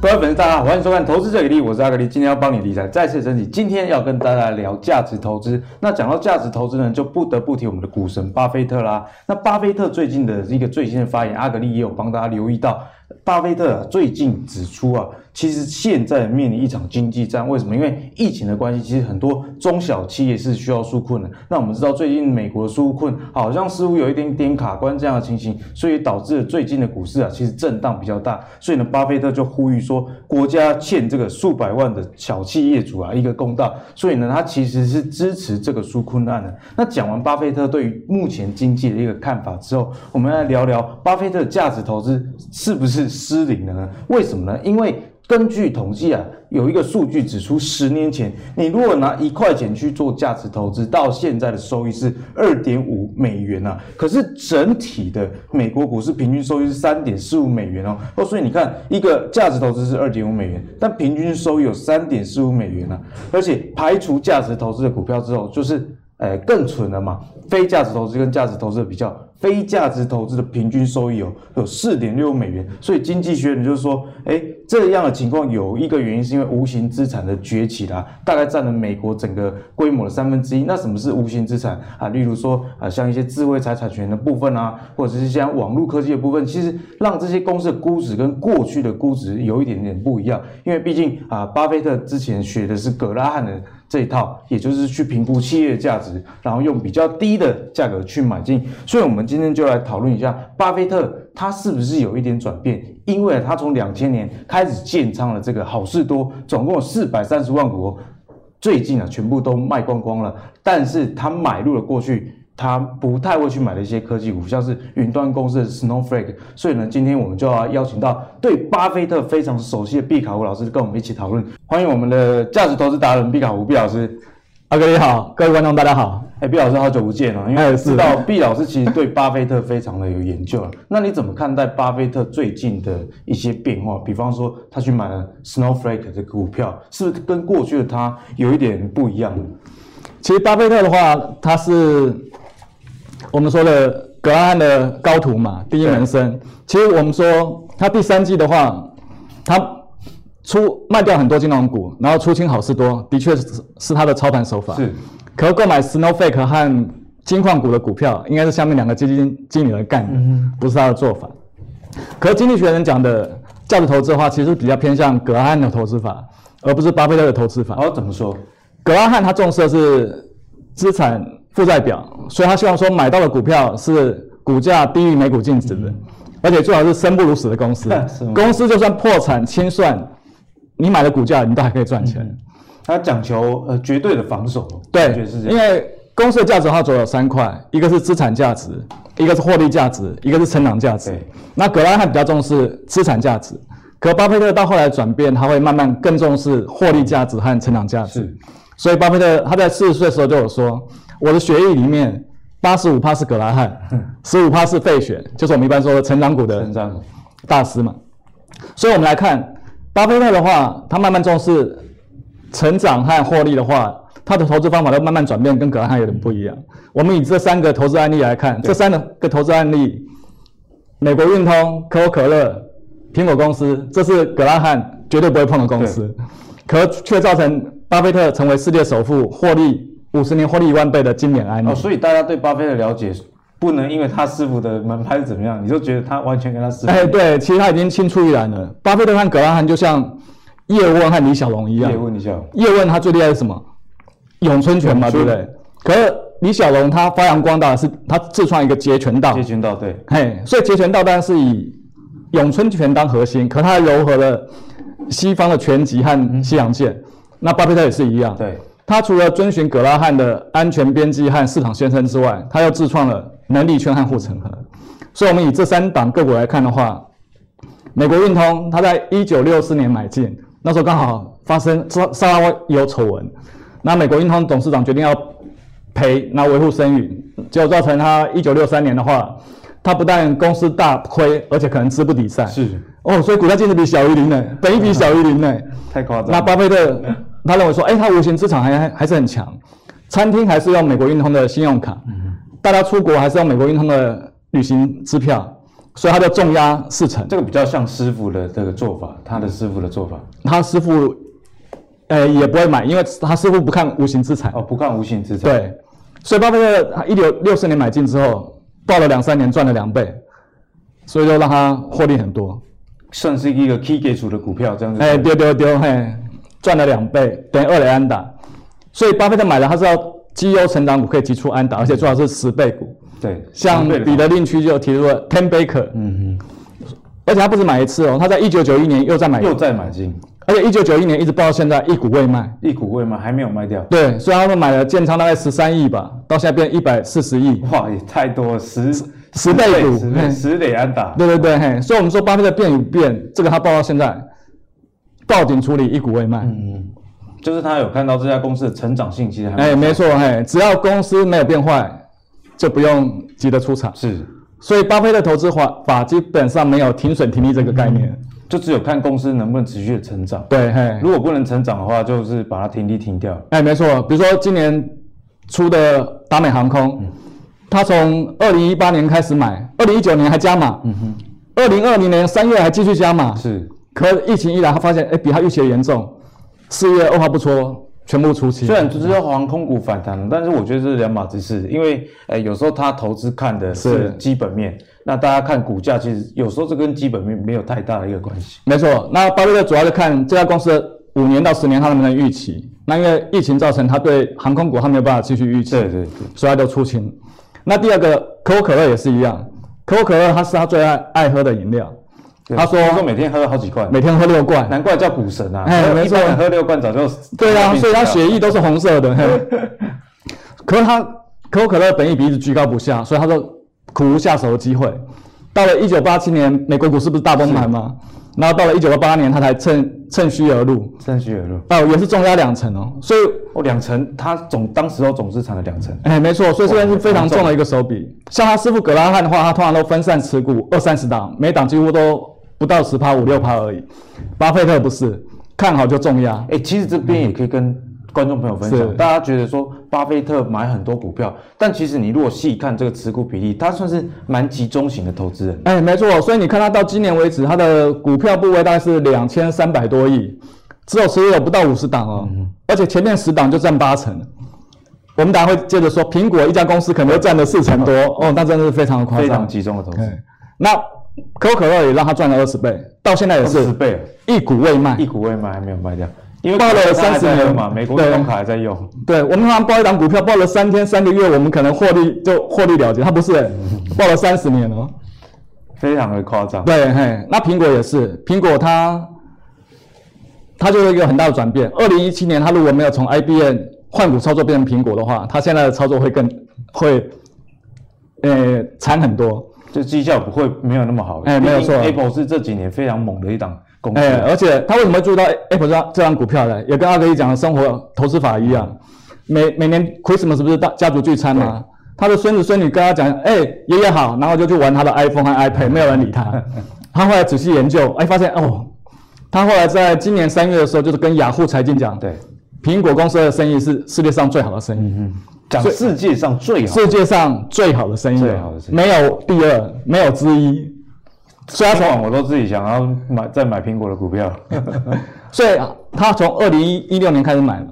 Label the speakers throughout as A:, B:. A: 各位粉丝，大家好，欢迎收看《投资最给力》，我是阿格力，今天要帮你理财再次升级。今天要跟大家聊价值投资。那讲到价值投资呢，就不得不提我们的股神巴菲特啦。那巴菲特最近的一个最新的发言，阿格力也有帮大家留意到。巴菲特啊，最近指出啊，其实现在面临一场经济战，为什么？因为疫情的关系，其实很多中小企业是需要纾困的。那我们知道，最近美国纾困好像似乎有一点点卡关这样的情形，所以导致了最近的股市啊，其实震荡比较大。所以呢，巴菲特就呼吁说，国家欠这个数百万的小企业主啊一个公道。所以呢，他其实是支持这个纾困案的。那讲完巴菲特对于目前经济的一个看法之后，我们来聊聊巴菲特的价值投资是不是？是失灵的呢？为什么呢？因为根据统计啊，有一个数据指出，十年前你如果拿一块钱去做价值投资，到现在的收益是二点五美元啊。可是整体的美国股市平均收益是三点四五美元哦。哦，所以你看，一个价值投资是二点五美元，但平均收益有三点四五美元啊。而且排除价值投资的股票之后，就是呃更蠢了嘛，非价值投资跟价值投资的比较。非价值投资的平均收益有哦有四点六美元，所以经济学人就是说，哎，这样的情况有一个原因是因为无形资产的崛起啦、啊，大概占了美国整个规模的三分之一。那什么是无形资产啊？例如说啊，像一些智慧财产权的部分啊，或者是像网络科技的部分，其实让这些公司的估值跟过去的估值有一点点不一样，因为毕竟啊，巴菲特之前学的是格拉汉的。这一套，也就是去评估企业价值，然后用比较低的价格去买进。所以，我们今天就来讨论一下巴菲特他是不是有一点转变，因为他从两千年开始建仓了这个好事多，总共有四百三十万股，哦最近啊全部都卖光光了，但是他买入了过去。他不太会去买的一些科技股，像是云端公司的 Snowflake。所以呢，今天我们就要邀请到对巴菲特非常熟悉的毕卡胡老师，跟我们一起讨论。欢迎我们的价值投资达人毕卡胡毕老师。
B: 阿哥你好，各位观众大家好。
A: 哎，毕老师好久不见了，因为知道毕老师其实对巴菲特非常的有研究了。啊那你怎么看待巴菲特最近的一些变化？比方说他去买了 Snowflake 的股票，是不是跟过去的他有一点不一样？
B: 其实巴菲特的话，他是。我们说的格拉汉的高徒嘛，第一门生。其实我们说他第三季的话，他出卖掉很多金融股，然后出清好事多，的确是是他的操盘手法。
A: 是。
B: 可购买 Snowflake 和金矿股的股票，应该是下面两个基金经理的干的，嗯、不是他的做法。可经济学人讲的价值投资的话，其实比较偏向格拉汉的投资法，而不是巴菲特的投资法。
A: 哦，怎么说？
B: 格拉汉他重视的是资产。负债表，所以他希望说买到的股票是股价低于每股净值的，嗯、而且最好是 生不如死的公司。公司就算破产清算，你买的股价你都还可以赚钱。嗯、
A: 他讲求呃绝对的防守，
B: 对，因为公司的价值它主要有三块，一个是资产价值，一个是获利价值，一个是成长价值。那格拉汉比较重视资产价值，可巴菲特到后来转变，他会慢慢更重视获利价值和成长价值。所以巴菲特他在四十岁的时候就有说。我的血液里面，八十五帕是葛拉汉，十五帕是费雪，就是我们一般说的成长股的大师嘛。所以，我们来看巴菲特的话，他慢慢重视成长和获利的话，他的投资方法都慢慢转变，跟葛拉汉有点不一样。我们以这三个投资案例来看，这三个投资案例，美国运通、可口可乐、苹果公司，这是葛拉汉绝对不会碰的公司，可却造成巴菲特成为世界首富，获利。五十年获利一万倍的经典案例
A: 哦，所以大家对巴菲特了解，不能因为他师傅的门派是怎么样，你就觉得他完全跟他师傅。
B: 哎，对，其实他已经青出于蓝了。巴菲特和格拉汉就像叶问和李小龙一样。
A: 叶问李小龙，
B: 叶问他最厉害是什么？咏春拳嘛，对不对？可是李小龙他发扬光大是，他自创一个截拳道。
A: 截拳道对，
B: 嘿，所以截拳道当然是以咏春拳当核心，可他糅合了西方的拳击和西洋剑。嗯、那巴菲特也是一样。
A: 对。
B: 他除了遵循葛拉汉的安全边际和市场先生之外，他又自创了能力圈和护城河。所以，我们以这三档个股来看的话，美国运通，它在一九六四年买进，那时候刚好发生沙沙拉有丑闻，那美国运通董事长决定要赔，那维护声誉，结果造成他一九六三年的话，他不但公司大亏，而且可能资不抵债。
A: 是
B: 哦，所以股价净值比小于零呢，本一比小于零呢，
A: 太夸张。
B: 那巴菲特。他认为说，哎、欸，他无形资产还还还是很强，餐厅还是用美国运通的信用卡，嗯、大家出国还是用美国运通的旅行支票，所以他就重压四成。
A: 这个比较像师傅的这个做法，他的师傅的做法
B: 他师傅，呃，也不会买，因为他师傅不看无形资产。
A: 哦，不看无形资产。
B: 对，所以巴菲特他一六六四年买进之后，报了两三年赚了两倍，所以就让他获利很多。
A: 算是一个 key 给主的股票这样子。
B: 哎，丢丢丢，嘿，赚了两倍，等于二雷安打。所以巴菲特买了，他知道绩优成长股可以提出安打，而且最好是十倍股。
A: 对，
B: 像
A: 对的
B: 彼得林区就提出了 Ten Baker，
A: 嗯
B: 而且他不止买一次哦，他在一九九一年又再买
A: 哼，
B: 一次，
A: 又再买进，
B: 而且一九九一年一直报到现在，一股未卖。
A: 一股未卖，还没有卖掉。
B: 对，所以他们买了建仓大概十三亿吧，到现在变一百四十亿。
A: 哇，也太多了，十
B: 十倍股
A: 十倍
B: 嗯
A: 十倍安打。
B: 对对对，嘿，所以我们说巴菲特变与不变，这个他报到现在，报警处理一股未卖。
A: 嗯，就是他有看到这家公司的成长性，其实还
B: 哎，没错，嘿，只要公司没有变坏，就不用急着出场。
A: 是，
B: 所以巴菲特投资法法基本上没有停损停利这个概念。
A: 就只有看公司能不能持续的成长。
B: 对，嘿，
A: 如果不能成长的话，就是把它停利停掉。
B: 哎，没错，比如说今年出的达美航空，他从二零一八年开始买，二零一九年还加码，二零二零年三月还继续加码，
A: 是，
B: 可疫情一来，他发现哎比他预期的严重，四月二话不说全部出清
A: 虽。然就是航空股反弹了，但是我觉得这是两码子事，因为呃有时候他投资看的是
B: 是
A: 基本面，那大家看股价，其实有时候这跟基本面没有太大的一个关系。
B: 没错，那巴菲特主要就看这家公司的五年到十年它能不能预期。那因为疫情造成他对航空股他没有办法继续预期，
A: 对对对，
B: 所以他就出清。那第二个可口可乐也是一样，可口可乐它是他最爱爱喝的饮料，他说
A: 他说每天喝好几罐，
B: 每天喝六罐。
A: 难怪叫股神啊！
B: 哎没
A: 一
B: 错
A: 般人喝六罐早就
B: 对啊，
A: 命
B: 所以
A: 掉了
B: 它血液都是红色的。 嘿可是它可口可乐本益比一直居高不下，所以他说苦无下手的机会。到了一九八七年，美国股市不是大崩盘吗？然后到了一九八八年，他才趁趁虚而入，
A: 趁虚而入。
B: 哦，也是重压两成哦。所以，
A: 哦，两成，他总当时候总资产的两成，
B: 哎，没错，所以这边是非常重的一个手笔。像他师傅格拉汉的话，他通常都分散持股二三十档，每档几乎都不到十趴五六趴而已。巴菲特不是，看好就重压。
A: 哎、其实这边也可以跟观众朋友分享，
B: 是
A: 大家觉得说巴菲特买很多股票，但其实你如果细看这个持股比例，他算是蛮集中型的投资人。
B: 哎，没错，所以你看它到今年为止，它的股票部位大概是两千三百多亿，只有持有不到五十档哦，
A: 嗯
B: 而且前面十档就占八成。我们等下会接着说，苹果一家公司可能就占了四成多哦，那真的是非常的夸
A: 非常
B: 张。
A: 集中的投资，
B: 对，那可口可乐也让它赚了二十倍，到现在也
A: 十
B: 是
A: 倍了，
B: 一股未卖
A: 一。股未卖还没有卖掉，因为
B: 报了
A: 他还
B: 30
A: 在用
B: 年
A: 嘛，美国
B: 对
A: 信用卡还在用，
B: 对我们通常报一档股票，报了三天三个月，我们可能获利就获利了结，它不是、哎报了三十年哦。
A: 非常的夸张。
B: 对，嘿，那苹果也是，苹果它它就是一个很大的转变。二零一七年，它如果没有从 IBM 换股操作变成苹果的话，它现在的操作会更会，呃，惨很多。
A: 就绩效不会没有那么好。
B: 哎没有
A: 毕竟
B: 错
A: ，Apple 是这几年非常猛的一档公司。
B: 哎、而且它为什么会注意到 Apple 这张这张股票呢？也跟阿哥一讲的生活投资法一样，每每年 Christmas 不是大家族聚餐吗？他的孙子孙女跟他讲，哎、爷爷好，然后就去玩他的 iPhone 和 iPad，没有人理 他。他后来仔细研究，哎、发现哦，他后来在今年三月的时候，就是跟雅虎财经讲，
A: 对，嗯
B: 苹果公司的生意是世界上最好的生意，
A: 讲世界上最好，
B: 世界上最好的生意，
A: 最好的生意
B: 没有第二，没有之一。所以他
A: 今
B: 从
A: 晚我都自己想要买再买苹果的股票。
B: 所以他从二零一六年开始买了，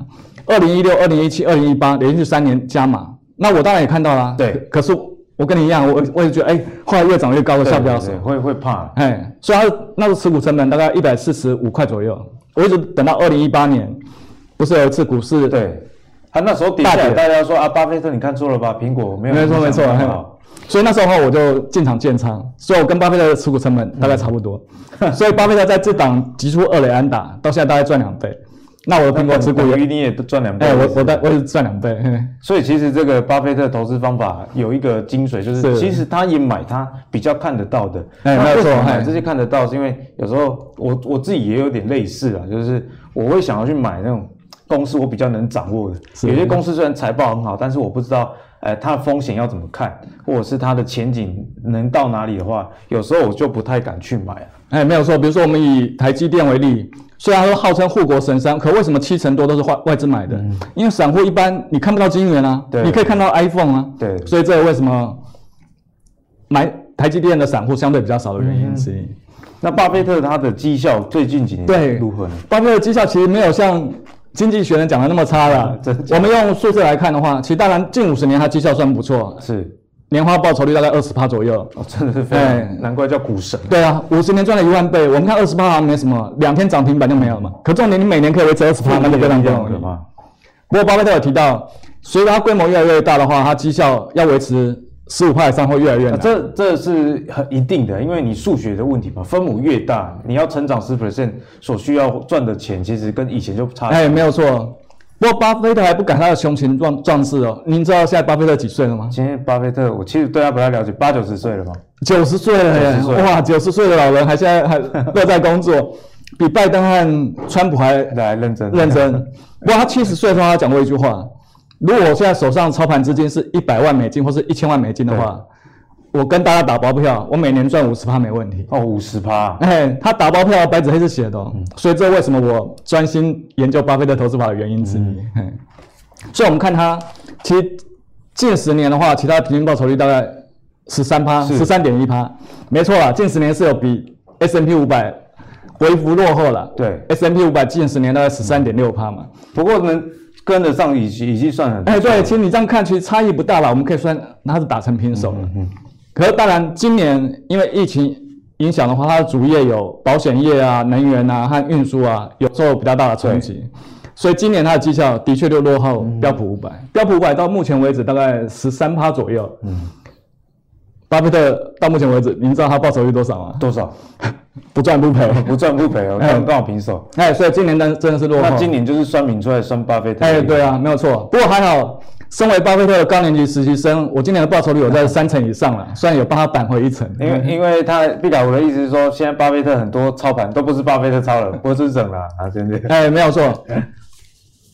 B: 二零一六、二零一七、二零一八连续三年加码。那我当然也看到啦，
A: 对
B: 可是我跟你一样，我我也觉得，哎、后来越涨越高，我下不了手
A: 对。对会会怕。
B: 哎，所以他的那时候持股成本大概一百四十五块左右。我一直等到二零一八年，不是有一次股市
A: 对，他那时候跌下来，
B: 大跌
A: 大家说啊，巴菲特你看错了吧？苹果没有
B: 没错没错
A: 影响很好
B: 所以那时候的话，我就进场建仓，所以我跟巴菲特的持股成
A: 嗯
B: 本大概差不多。 所以巴菲特在这档急出二雷安打，到现在大概赚两倍。 那我的苹果持股
A: 等
B: 也，
A: 于你也赚两倍。
B: 哎、我我的我也是赚两倍。嘿
A: 所以其实这个巴菲特投资方法有一个精髓，就是
B: 是
A: 其实他也买他比较看得到的。
B: 哎
A: 那
B: 没有
A: 为什么
B: 错
A: 买
B: 哎
A: 这些看得到，是因为有时候我我自己也有点类似啊，就是我会想要去买那种公司我比较能掌握的。有些公司虽然财报很好，但是我不知道。呃，它的风险要怎么看，或者是它的前景能到哪里的话，有时候我就不太敢去买啊。
B: 哎，没有错。比如说，我们以台积电为例，虽然说号称护国神山，可为什么七成多都是外外资买的？因为散户一般你看不到晶圆啊
A: 嗯对，
B: 你可以看到 iPhone 啊。
A: 对
B: 所以这也为什么买台积电的散户相对比较少的
A: 嗯
B: 原因之一。
A: 那巴菲特他的绩效最近几年
B: 对，
A: 如何呢？
B: 巴菲特的绩效其实没有像经济学人讲的那么差了
A: 啊。真假
B: 我们用数字来看的话，其实当然近五十年它绩效算不错，
A: 是
B: 年化报酬率大概二十趴左右。
A: 哦，真的是非
B: 哎
A: 常，难怪叫股神。
B: 对啊，五十年赚了一万倍，我们看二十趴好像没什么，两天涨停板就没有了嘛。可重点你每年可以维持二十趴，那就非常不容易
A: 可。怕。
B: 不过巴菲特有提到，随着它规模越来越大的话，它绩效要维持十五块以上会越来越
A: 啊
B: 难。
A: 这这是很一定的，因为你数学的问题嘛，分母越大，你要成长十 percent 所需要赚的钱，其实跟以前就差。
B: 哎，没有错。不过巴菲特还不改他的雄心壮壮志哦。您知道现在巴菲特几岁了吗？
A: 今天巴菲特，我其实对他不太了解，八九十岁了嘛，
B: 九十岁了耶！
A: 岁
B: 哇，九十岁的老人还现在还乐在工作，比拜登和川普还
A: 来认真
B: 认。真。不过他七十岁的时候，他讲过一句话：如果我现在手上操盘资金是一百万美金或是一千万美金的话，我跟大家打包票，我每年赚五十趴没问题。
A: 哦，五十趴，
B: 哎，他打包票白纸黑字写的、哦，所以这为什么我专心研究巴菲特投资法的原因之一。嘿所以我们看他，其实近十年的话，其他平均报酬率大概十三趴，十三点一趴，没错啦，近十年是有比 S M P 五百微幅落后了。
A: 对
B: ，S M P 五百近十年大概十三点六趴嘛。
A: 不过能跟得上已经已经算很不
B: 哎，
A: 错
B: 对，其实你这样看，其实差异不大了，我们可以算它是打成平手了。可是当然，今年因为疫情影响的话，它的主业有保险业啊、能源啊和运输啊，有受比较大的冲击。所以今年它的绩效的确就落后标普五百、标普五百到目前为止大概十三趴左右。嗯，巴菲特到目前为止，您知道他报酬率多少吗？
A: 多少？
B: 不赚不赔。
A: 不赚不赔哦，
B: 哎
A: 刚刚好平手。
B: 哎，所以今年真真的是落后。
A: 那今年就是算明出来算巴菲特。
B: 哎，对啊，没有错。不过还好，身为巴菲特的高年级实习生，我今年的报酬率有在三成以上了，虽然有帮他扳回一层。
A: 因为因为他毕卡我的意思是说，现在巴菲特很多操盘都不是巴菲特 操了，不是整了啊，真的。
B: 哎，没有错。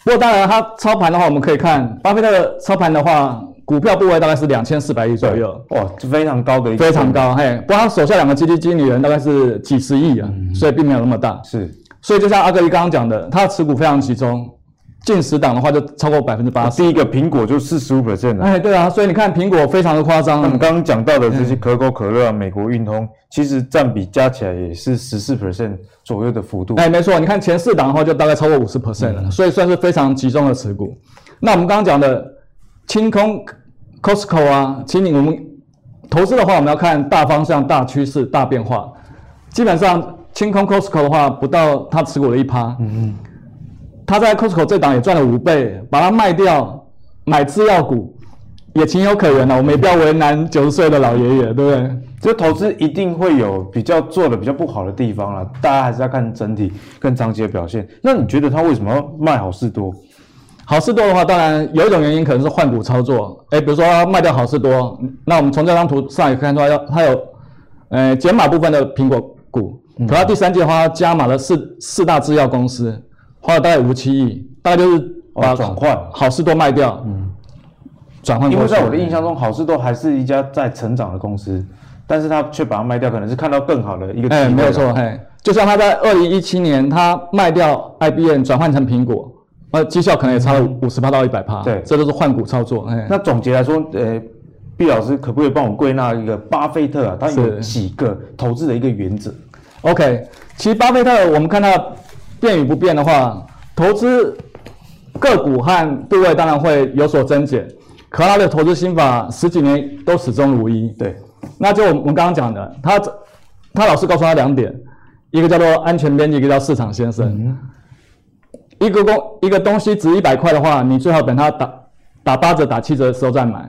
B: 不过当然，他操盘的话，我们可以看巴菲特操盘的话，股票部位大概是两千四百亿左右，
A: 哇，这非常高的一个，
B: 非常高。嘿，不过他手下两个基金经理人大概是几十亿啊，所以并没有那么大。
A: 是
B: 所以就像阿格里刚刚讲的，他的持股非常集中，近十档的话就超过百分之八十。
A: 第一个苹果就四十五 percent 了。
B: 哎，对啊，所以你看苹果非常的夸张啊
A: 那我，们刚刚讲到的
B: 嗯
A: 这些可口可乐、啊、美国运通，其实占比加起来也是十四 percent 左右的幅度。
B: 哎，没错，你看前四档的话，就大概超过五十 percent 了，所以算是非常集中的持股。那我们刚刚讲的清空 Costco 啊，其实你我们投资的话，我们要看大方向、大趋势、大变化。基本上清空 Costco 的话，不到它持股的一趴，嗯他在 Costco 这档也赚了五倍，把它卖掉买制药股，也情有可原啊了、我们也不要为难九十岁的老爷爷，对不对？
A: 这投资一定会有比较做的比较不好的地方啦，啊大家还是要看整体更长期的表现。那你觉得他为什么要卖好事多？
B: 好事多的话，当然有一种原因可能是换股操作，哎，比如说它卖掉好事多，那我们从这张图上也可以看出来，它有，呃，减码部分的苹果股，
A: 嗯
B: 可它第三季的话，它加码了四四大制药公司，花了大概五七亿，大概就是把
A: 哦转换嗯
B: 好事多卖掉，转换
A: 因
B: 过
A: 为
B: 去。
A: 在我的印象中，好事多还是一家在成长的公司，但是他却把它卖掉，可能是看到更好的一个机会。
B: 哎，没有。错，嘿，就像他在二零一七年，他卖掉 IBM 转换成苹果，呃，绩效可能也差了五十趴到一百趴，
A: 嗯对
B: 这都是换股操作，哎，
A: 那总结来说，呃，毕老师可不可以帮我归纳一个巴菲特啊，他有
B: 是
A: 几个投资的一个原则？
B: OK，其实巴菲特我们看到变与不变的话，投资个股和部位当然会有所增减，可他的投资心法十几年都始终如一。
A: 对，
B: 那就我们我们刚刚讲的，他他老师告诉他两点，一个叫做安全边际，一个叫市场先生。
A: 嗯
B: 一个公一个东西值一百块的话，你最好等它打打八折、打七折的时候再买，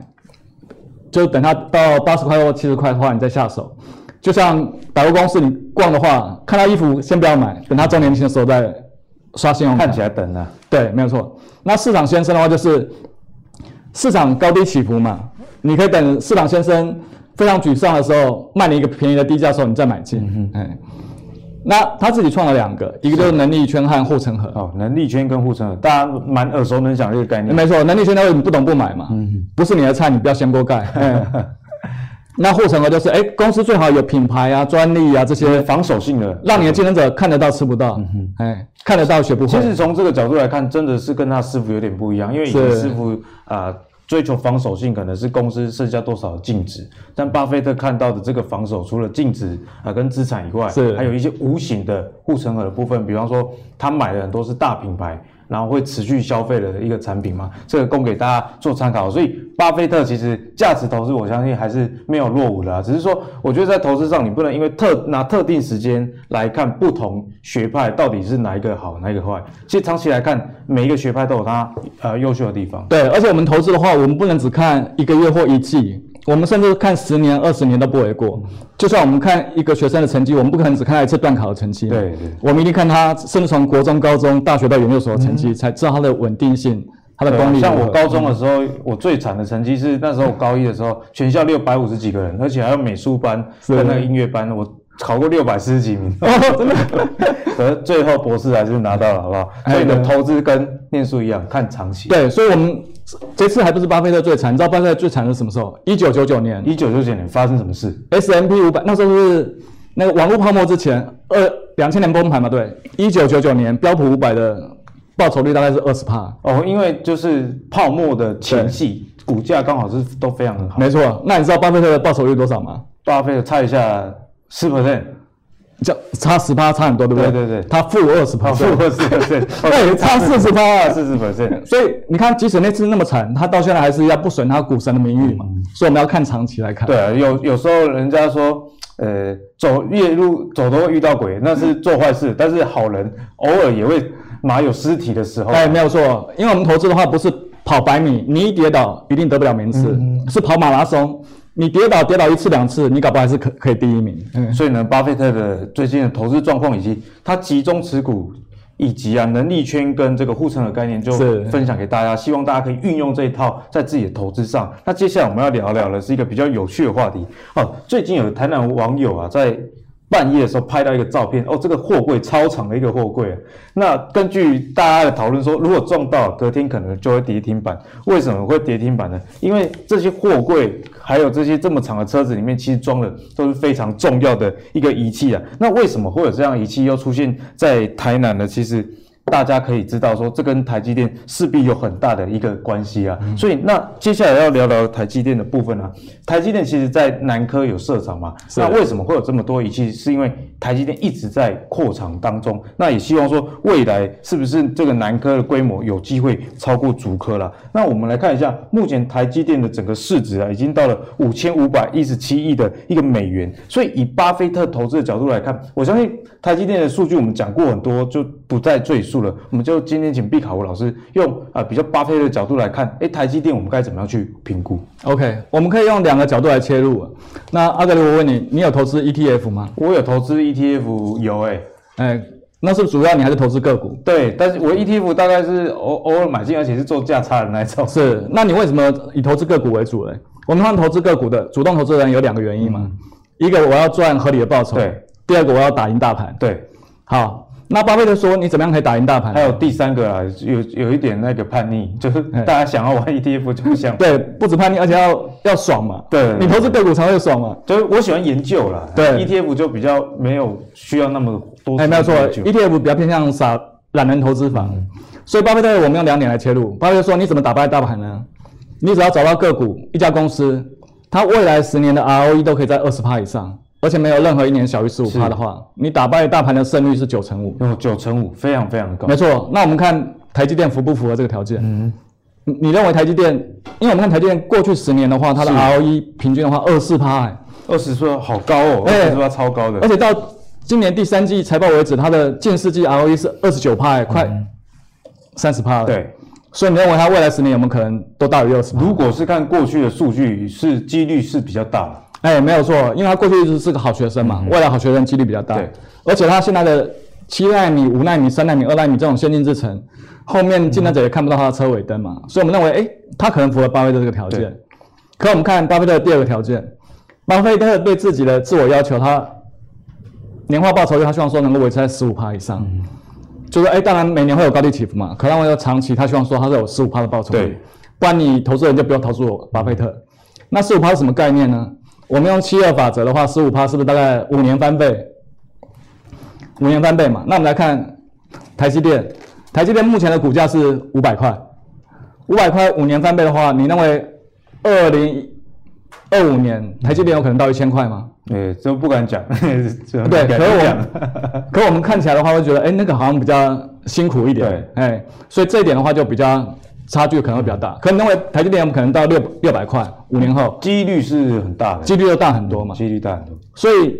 B: 就等它到八十块或七十块的话，你再下手。就像百货公司你逛的话，看到衣服先不要买，等它周年庆的时候再刷信用卡
A: 看。起来等啊，
B: 对，没有错。那市场先生的话就是市场高低起伏嘛，你可以等市场先生非常沮丧的时候，卖你一个便宜的低价的时候，你再买进。嗯哎，那他自己创了两个，一个就是能力圈和护城河。
A: 哦，能力圈跟护城河，大家蛮耳熟能详的一个概念。
B: 没错，能力圈那你不懂不买嘛，不是你的菜，你不要掀锅盖。哎那护城河就是，哎，公司最好有品牌啊、专利啊这些，
A: 防守性的，
B: 让你的竞争者看得到吃不到，哎，看得到学不会。
A: 其实从这个角度来看，真的是跟他师傅有点不一样，因为以前
B: 是
A: 师傅啊、呃追求防守性可能是公司剩下多少的净值，但巴菲特看到的这个防守，除了净值啊、呃跟资产以外，
B: 是
A: 还有一些无形的护城河的部分，比方说他买的很多是大品牌，然后会持续消费的一个产品嘛，这个供给大家做参考。所以巴菲特其实价值投资，我相信还是没有落伍的、啊，只是说我觉得在投资上，你不能因为特拿特定时间来看不同学派到底是哪一个好，哪一个坏。其实长期来看，每一个学派都有它呃优秀的地方。
B: 对，而且我们投资的话，我们不能只看一个月或一季，我们甚至看十年、二十年都不为过。就像我们看一个学生的成绩，我们不可能只看他一次段考的成绩。
A: 对对
B: 我们一定看他，甚至从国中、高中、大学到研究所的成绩，才知道他的稳定性、他的
A: 嗯对啊
B: 功力如何。
A: 像我高中的时候，我最惨的成绩是那时候我高一的时候，全校六百五十几个人，而且还有美术班跟那个音乐班，我考过六百四十几名，
B: 哦
A: 真的。 可是最后博士还是拿到了，好不好？所以你的
B: 哎对
A: 投资跟念书一样，看长期。
B: 对，所以我们这这次还不是巴菲特最惨，你知道巴菲特最惨是什么时候？一九九九年
A: 一九九九年发生什么事？
B: S M P 五百，那时候是那个网络泡沫之前，二两千年崩盘嘛，对，一九九九年标普五百的报酬率大概是二十帕，
A: 哦，因为就是泡沫的前夕，股价刚好是都非常的好。
B: 没错。那你知道巴菲特的报酬率多少吗？
A: 巴菲特猜一下四 percent，
B: 叫差十趴，差很多，对不对？
A: 对对对
B: 他负二十趴，
A: 负二 十 percent，哦
B: 那也差四十趴啊，
A: 四十 percent。
B: 所以你看，即使那次那么惨，他到现在还是要不损他股神的名誉嘛。所以我们要看长期来看。
A: 对啊，有有时候人家说，呃，走夜路走都会遇到鬼，那
B: 嗯
A: 是做坏事，但是好人偶尔也会马有尸体的时候。
B: 哎，没有错，因为我们投资的话不是跑百米，你一跌倒一定得不了名次，是跑马拉松，你跌倒跌倒一次两次，你搞不好还是可可以第一名。嗯，
A: 所以呢，巴菲特的最近的投资状况以及他集中持股。以及啊，能力圈跟这个护城河概念就是分享给大家，希望大家可以运用这一套在自己的投资上。那接下来我们要聊聊的是一个比较有趣的话题哦。最近有台南网友啊，在半夜的时候拍到一个照片哦，这个货柜超长的一个货柜啊。那根据大家的讨论说，如果撞到，隔天可能就会跌停板。为什么会跌停板呢？因为这些货柜还有这些这么长的车子里面，其实装的都是非常重要的一个仪器啊。那为什么会有这样的仪器又出现在台南呢？其实。大家可以知道说，这跟台积电势必有很大的一个关系啊。所以，那接下来要聊聊台积电的部分啊。台积电其实在南科有设厂嘛，那为什么会有这么多仪器？是因为台积电一直在扩厂当中。那也希望说，未来是不是这个南科的规模有机会超过竹科了？那我们来看一下，目前台积电的整个市值啊，已经到了五千五百一十七亿的一个美元。所以，以巴菲特投资的角度来看，我相信台积电的数据我们讲过很多，就不再赘述了。我们就今天请毕卡吴老师用啊、呃比较巴菲特的角度来看，诶，台积电我们该怎么样去评估？
B: OK，我们可以用两个角度来切入。啊那阿格里，我问你，你有投资 ETF 吗？
A: 我有投资 ETF 有诶，
B: 哎，那是主要你还是投资个股？
A: 对，但是我 ETF 大概是偶偶尔买进，而且是做价差的那一种。
B: 是，那你为什么以投资个股为主嘞？我们看投资个股的主动投资人有两个原因嘛，一个我要赚合理的报酬，
A: 嗯对；
B: 第二个我要打赢大盘。
A: 对，
B: 好，那巴菲特说你怎么样可以打赢大盘
A: 还？有第三个啊，有有一点那个叛逆，就是大家想要玩 ETF 就不想，
B: 对，不止叛逆，而且要要爽嘛。
A: 对
B: 你投资个股才会爽嘛。
A: 就是我喜欢研究啦。
B: 对
A: ，ETF 就比较没有需要那么多。
B: 哎，没有错，ETF 嗯比较偏向傻懒人投资法，所以巴菲特我们用两点来切入。巴菲特说你怎么打败大盘呢？你只要找到个股一家公司，它未来十年的 ROE 都可以在二十趴以上，而且没有任何一年小于十五趴的话，你打败大盘的胜率是九成五。
A: 有哦九成五，非常非常高
B: 没。错，那我们看台积电符不符合这个条件？嗯，你认为台积电？因为我们看台积电过去十年的话，它的 ROE 平均的话二四趴，哎
A: 二十岁好高哦，二
B: 哎
A: 十岁超高的
B: 而。且到今年第三季财报为止，它的近四季 ROE 是二十九趴，哎快三十趴了。，
A: 对，
B: 所以你认为它未来十年有没有可能都大于二十趴？
A: 如果是看过去的数据，是几率是比较大的。
B: 哎，没有错，因为他过去一直是个好学生嘛，未来好学生几率比较大
A: 嗯对。
B: 而且他现在的七纳米、五纳米、三纳米、二纳米这种先进制程，后面竞争者也看不到他的车尾灯嘛，所以我们认为，哎，他可能符合巴菲特这个条件
A: 嗯对。
B: 可我们看巴菲特的第二个条件，巴菲特对自己的自我要求，他年化报酬率他希望说能够维持在十五趴以上，就是哎，当然每年会有高低起伏嘛，可他为了长期，他希望说他是有十五趴的报酬率
A: 对，
B: 不然你投资人就不要投资我巴菲特。那十五趴是什么概念呢？我们用七二法则的话，十五趴是不是大概五年翻倍？五年翻倍嘛。那我们来看台积电，台积电目前的股价是五百块，五百块五年翻倍的话，你认为二零二五年台积电有可能到一千块吗？
A: 对，哎这不敢讲， 这
B: 嗯对，可
A: 敢
B: 是我
A: 讲。
B: 们，可我们看起来的话，会觉得，哎、那个好像比较辛苦一点，哎、所以这一点的话就比较差距可能会比较大。可能认为台积电有可能到六六百块，五年后
A: 几率是很大的，
B: 几率又大很多嘛。
A: 几率大很多。
B: 所以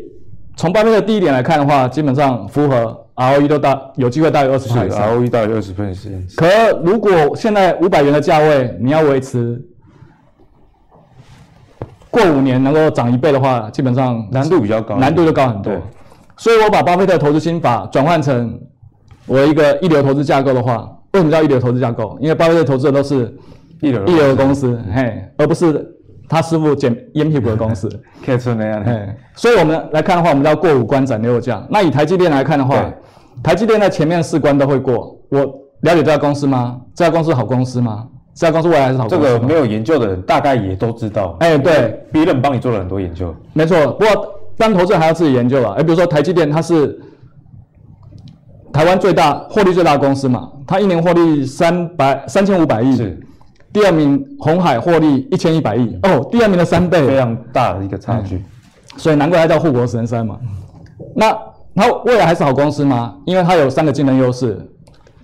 B: 从巴菲特第一点来看的话，基本上符合 ROE 都大，有机会大于二
A: 啊
B: 十
A: 是
B: 块以上。
A: ROE 大于二十 percent，
B: 可如果现在五百元的价位，你要维持过五年能够涨一倍的话，基本上
A: 难度比较高，
B: 难度就高很多
A: 对。
B: 所以我把巴菲特投资心法转换成我一个一流投资架构的话，为什么叫一流投资架构？因为巴菲特投资的都是
A: 一流
B: 一流公司，
A: 嗯
B: 嘿，而不是他师傅捡烟屁股的公司，
A: 可以出那样的，
B: 嘿。哎所以我们来看的话，我们叫过五关斩六将。那以台积电来看的话
A: 对，
B: 台积电在前面四关都会过。我了解这家公司吗？这家公司好公司吗？这家公司未来是好
A: 这
B: 公司吗
A: 个没有研究的人大概也都知道。
B: 哎对，
A: 别人帮你做了很多研究，
B: 没错，不过当投资人还要自己研究了。哎，比如说台积电，它是台湾最大获利最大的公司嘛，它一年获利三百三千五百亿，
A: 是
B: 第二名红海获利一千一百亿，哦，第二名的三
A: 非
B: 倍，
A: 常大的一个差
B: 嗯
A: 距。
B: 所以难怪它叫护国神山嘛。那它未来还是好公司吗？因为它有三个竞争优势：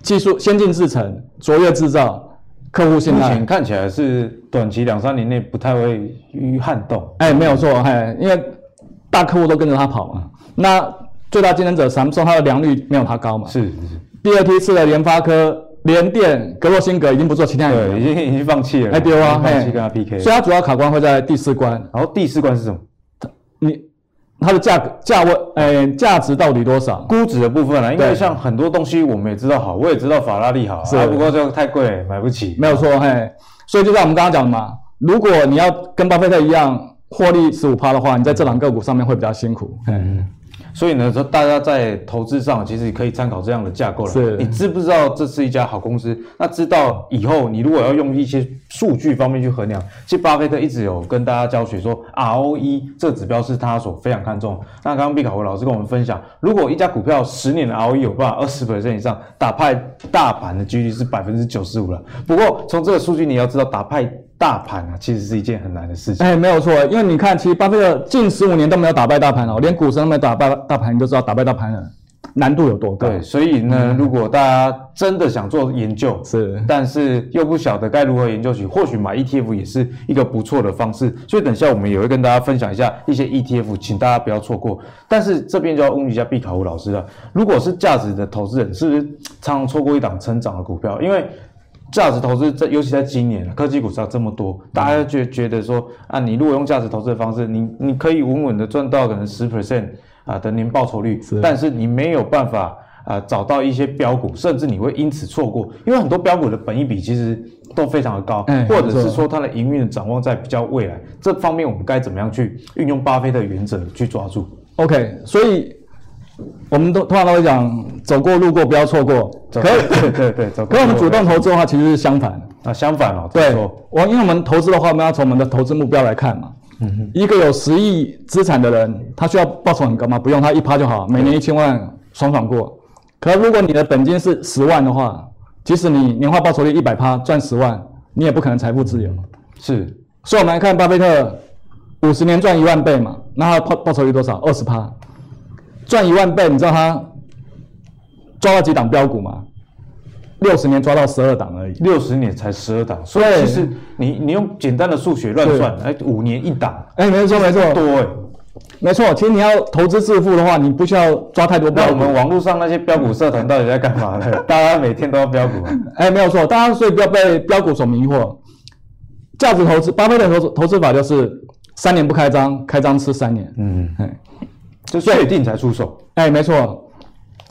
B: 技术先进制程、卓越制造、客户信
A: 目
B: 赖
A: 前。看起来是短期两三年内不太会于撼动，
B: 哎，没有错，嘿，因为大客户都跟着它跑嘛。那最大竞争者 Samsung，它的良率没有它高嘛。
A: 是是是，
B: 第二梯次的联发科、联电、格洛辛格已经不做其他人了，
A: 对，已经已经放弃了，
B: 哎对啊
A: 已经放弃
B: 嘿
A: 跟他 PK 了。
B: 所以它主要卡关会在第四关，
A: 然后第四关是什么？
B: 你它的价格价位，呃，价值到底多少？
A: 估值的部分啊，因为
B: 对
A: 像很多东西我们也知道好，我也知道法拉利好，
B: 是
A: 啊，不过这个太贵了，买不起。
B: 没有错，嘿，所以就像我们刚刚讲的嘛，如果你要跟巴菲特一样获利十五趴的话，你在这两个股上面会比较辛苦，嗯，
A: 所以呢，说大家在投资上其实可以参考这样的架构了。
B: 是
A: 你知不知道这是一家好公司？那知道以后，你如果要用一些数据方面去衡量，其实巴菲特一直有跟大家教学说，ROE 这指标是他所非常看重的。那刚刚毕卡维老师跟我们分享，如果一家股票十年的 ROE 有办法二十 percent 以上，打败大盘的几率是百分之九十五了。不过从这个数据你要知道，打败大盘啊，其实是一件很难的事情。
B: 哎，没有错，因为你看，其实巴菲特近十五年都没有打败大盘哦，连股神都没有打败大盘，你就知道打败大盘的难度有多高，
A: 对，所以呢，如果大家真的想做研究，
B: 是
A: 但是又不晓得该如何研究起，或许买 ETF 也是一个不错的方式。所以等一下我们也会跟大家分享一下一些 ETF，请大家不要错过。但是这边就要问一下毕卡武老师了，啊如果是价值的投资人，是不是常常错过一档成长的股票？因为价值投资在，尤其在今年科技股上这么多，大家就觉觉得说啊，你如果用价值投资的方式，你你可以稳稳的赚到可能十 percent 啊的年报酬率，但是你没有办法啊找到一些标股，甚至你会因此错过，因为很多标股的本益比其实都非常的高，
B: 哎
A: 或者
B: 没错
A: 是说它的营运的展望在比较未来这方面，我们该怎么样去运用巴菲特的原则去抓住？
B: OK，所以我们都通常都会讲走过路过不要错过。
A: 走
B: 可
A: 对对对，走
B: 可我们主动投资的话，其实是相反。
A: 啊，相反哦，怎么
B: 对
A: 说，
B: 我因为我们投资的话，我们要从我们的投资目标来看嘛。一个有十亿资产的人，他需要报酬很高吗？不用，他一趴就好，每年一千万，爽爽过。可如果你的本金是十万的话，即使你年化报酬率一百趴，赚十万，你也不可能财富自由。
A: 是
B: 所以我们来看巴菲特，五十年赚一万倍嘛，那他的报报酬率多少？二十趴，赚一万倍，你知道他抓到几档标股吗？六十年抓到十二档而已。
A: 六十年才十二档，所以
B: 对
A: 其实你你用简单的数学乱算，哎，五年一档，
B: 哎，没错没错
A: 多哎。
B: 没错，其实你要投资致富的话，你不需要抓太多
A: 那
B: 标
A: 我
B: 股。
A: 们网络上那些标股社团到底在干嘛 呢？大家每天都要标股啊，
B: 哎，没有错，大家所以不要被标股所迷惑。价值投资，巴菲特投资投资法就是三年不开张，开张吃三年。
A: 嗯，
B: 哎，
A: 就确定才出手，
B: 哎，没错。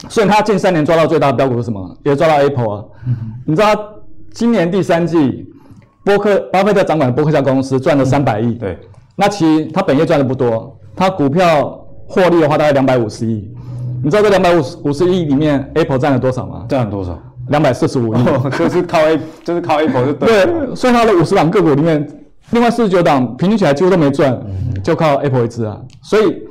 B: 所以他近三年抓到最大的标股是什么？也抓到 Apple 啊。你知道他今年第三季，波克巴菲特掌管的波克夏公司赚了三百亿。
A: 嗯对，
B: 那其实他本业赚的不多，他股票获利的话大概两百五十亿。你知道这两百五十五十亿里面 Apple 占了多少吗？
A: 占了多少？
B: 两百四十五亿。
A: 就是靠 A，就是靠 Apple 就对了。
B: 对，所以它的五十档个股里面，另外四十九档平均起来几乎都没赚，
A: 嗯
B: 就靠 Apple 一支啊。所以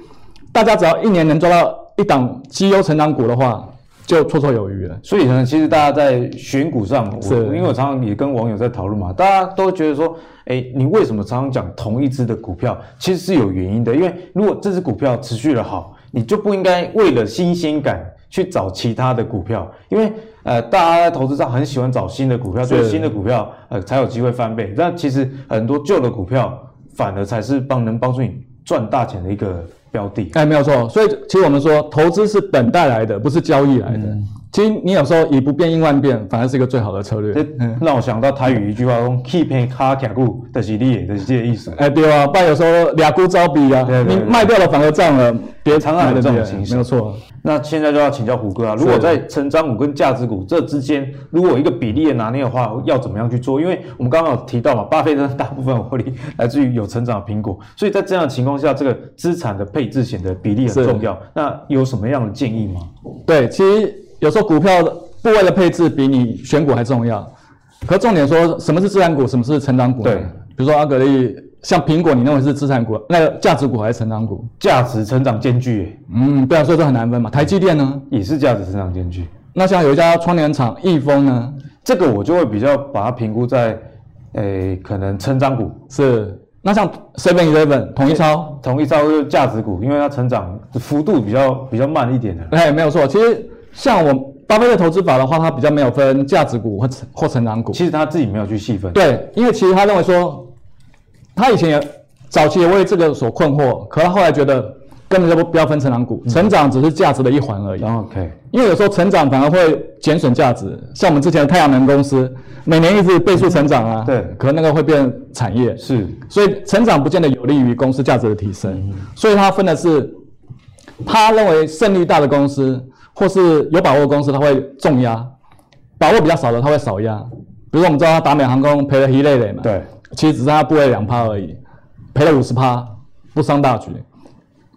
B: 大家只要一年能抓到一档绩优成长股的话，就绰绰有余了。
A: 所以呢，其实大家在选股上，我
B: 是
A: 因为我常常也跟网友在讨论嘛，大家都觉得说，哎，你为什么常常讲同一只的股票，其实是有原因的。因为如果这只股票持续的好，你就不应该为了新鲜感去找其他的股票，因为呃，大家在投资上很喜欢找新的股票，对新的股票呃才有机会翻倍。但其实很多旧的股票反而才是帮能帮助你赚大钱的一个标的。
B: 哎，没有错。所以其实我们说，投资是等待来的，不是交易来的。
A: 嗯
B: 其实你有时候以不变应万变，反而是一个最好的策略。
A: 这让欸我想到台语一句话说 k e e p i n g 卡卡固”，就是你的，就是这个意思。
B: 哎，对啊，不然有时候俩股招比啊，
A: 对对对
B: 你
A: 对
B: 卖掉了反而占了别
A: 常常有
B: 买的
A: 这种
B: 别人
A: 情形
B: 没有错。
A: 那现在就要请教胡哥啊，如果在成长股跟价值股这之间，如果有一个比例的拿捏的话，要怎么样去做？因为我们刚刚有提到嘛，巴菲特大部分获利来自于有成长的苹果，所以在这样的情况下，这个资产的配置显得比例很
B: 是
A: 重要。那有什么样的建议吗？
B: 对，其实有时候股票部位的配置比你选股还重要。可重点说，什么是资产股，什么是成长股？
A: 对，
B: 比如说阿格力，像苹果，你认为是资产股，那个价值股还是成长股？
A: 价值成长兼具
B: 嗯，对啊，所以这很难分嘛。台积电呢？
A: 也是价值成长兼具，
B: 那像有一家窗帘厂易丰呢，
A: 这个我就会比较把它评估在，诶，可能成长股
B: 是那像 Seven Eleven 统一超，
A: 同一招就是价值股，因为它成长幅度比较比较慢一点的。
B: 哎，没有错。其实像我巴菲特投资法的话，它比较没有分价值股或成或成长股。
A: 其实他自己没有去细分，
B: 对，因为其实他认为说，他以前也早期也为这个所困惑，可他后来觉得根本就不不要分成长股，成长只是价值的一环而已。
A: OK，
B: 因为有时候成长反而会减损价值，像我们之前的太阳能公司，每年一直倍数成长啊，
A: 对
B: 可那个会变产业，
A: 是
B: 所以成长不见得有利于公司价值的提升，所以他分的是，他认为胜率大的公司或是有把握的公司，他会重压；把握比较少的，他会少压。比如说我们知道他达美航空赔了一累累嘛，
A: 对，
B: 其实只是他部位两趴而已，赔了五十趴，不伤大局。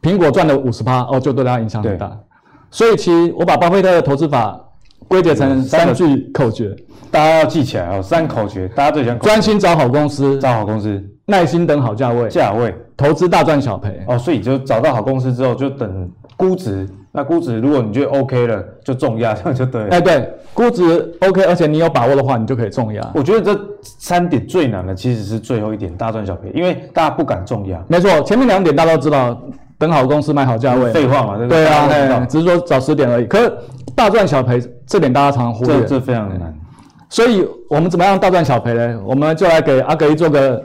B: 苹果赚了五十趴，哦，就对他影响很大。所以其实我把巴菲特的投资法归结成
A: 嗯三个
B: 三句口诀：
A: 大家要记起来哦，三口诀，大家最喜欢口诀
B: 专心找好公司，
A: 找好公司、
B: 耐心等好价位，
A: 价位
B: 投资大赚小赔。
A: 哦，所以就找到好公司之后，就等估值。那估值如果你觉得 OK 了，就重压，这样就对了。
B: 哎，对，估值 OK，而且你有把握的话，你就可以重压。
A: 我觉得这三点最难的其实是最后一点，大赚小赔，因为大家不敢重压。
B: 没错，前面两点大家都知道，等好公司买好价位。
A: 废话嘛，对不
B: 对啊，
A: 大家都
B: 哎
A: 知道
B: 只是说早十点而已。可是大赚小赔这点大家常常忽
A: 这
B: 略，
A: 这非常难。
B: 所以我们怎么样大赚小赔呢？我们就来给阿格一做个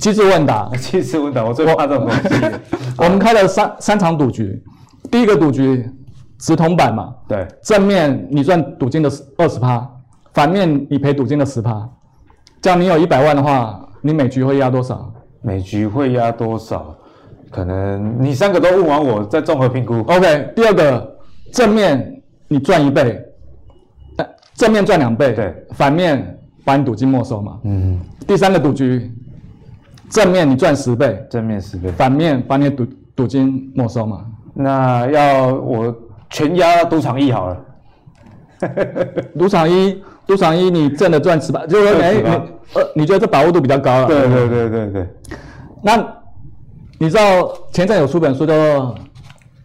B: 机智问答。
A: 其实我懂，我最怕这种东西。
B: 我们开了三三场赌局，第一个赌局直铜板嘛，
A: 对，
B: 正面你赚赌金的二十趴，反面你赔赌金的十趴。这样你有一百万的话，你每局会压多少？
A: 每局会压多少？可能你三个都问完我，再综合评估。
B: OK，第二个正面你赚一倍，但正面赚两倍，
A: 对，
B: 反面把你赌金没收嘛。
A: 嗯，
B: 第三个赌局，正面你赚十倍，
A: 正面十倍。
B: 反面把你的赌赌金没收嘛。
A: 那要我全压赌场一好了，
B: 赌场一，赌场一你挣的赚十八，就是说
A: 赚
B: 哎，
A: 10%
B: 你呃，你觉得这把握度比较高了。
A: 对对对对对，
B: 那你知道前阵有出本书叫做《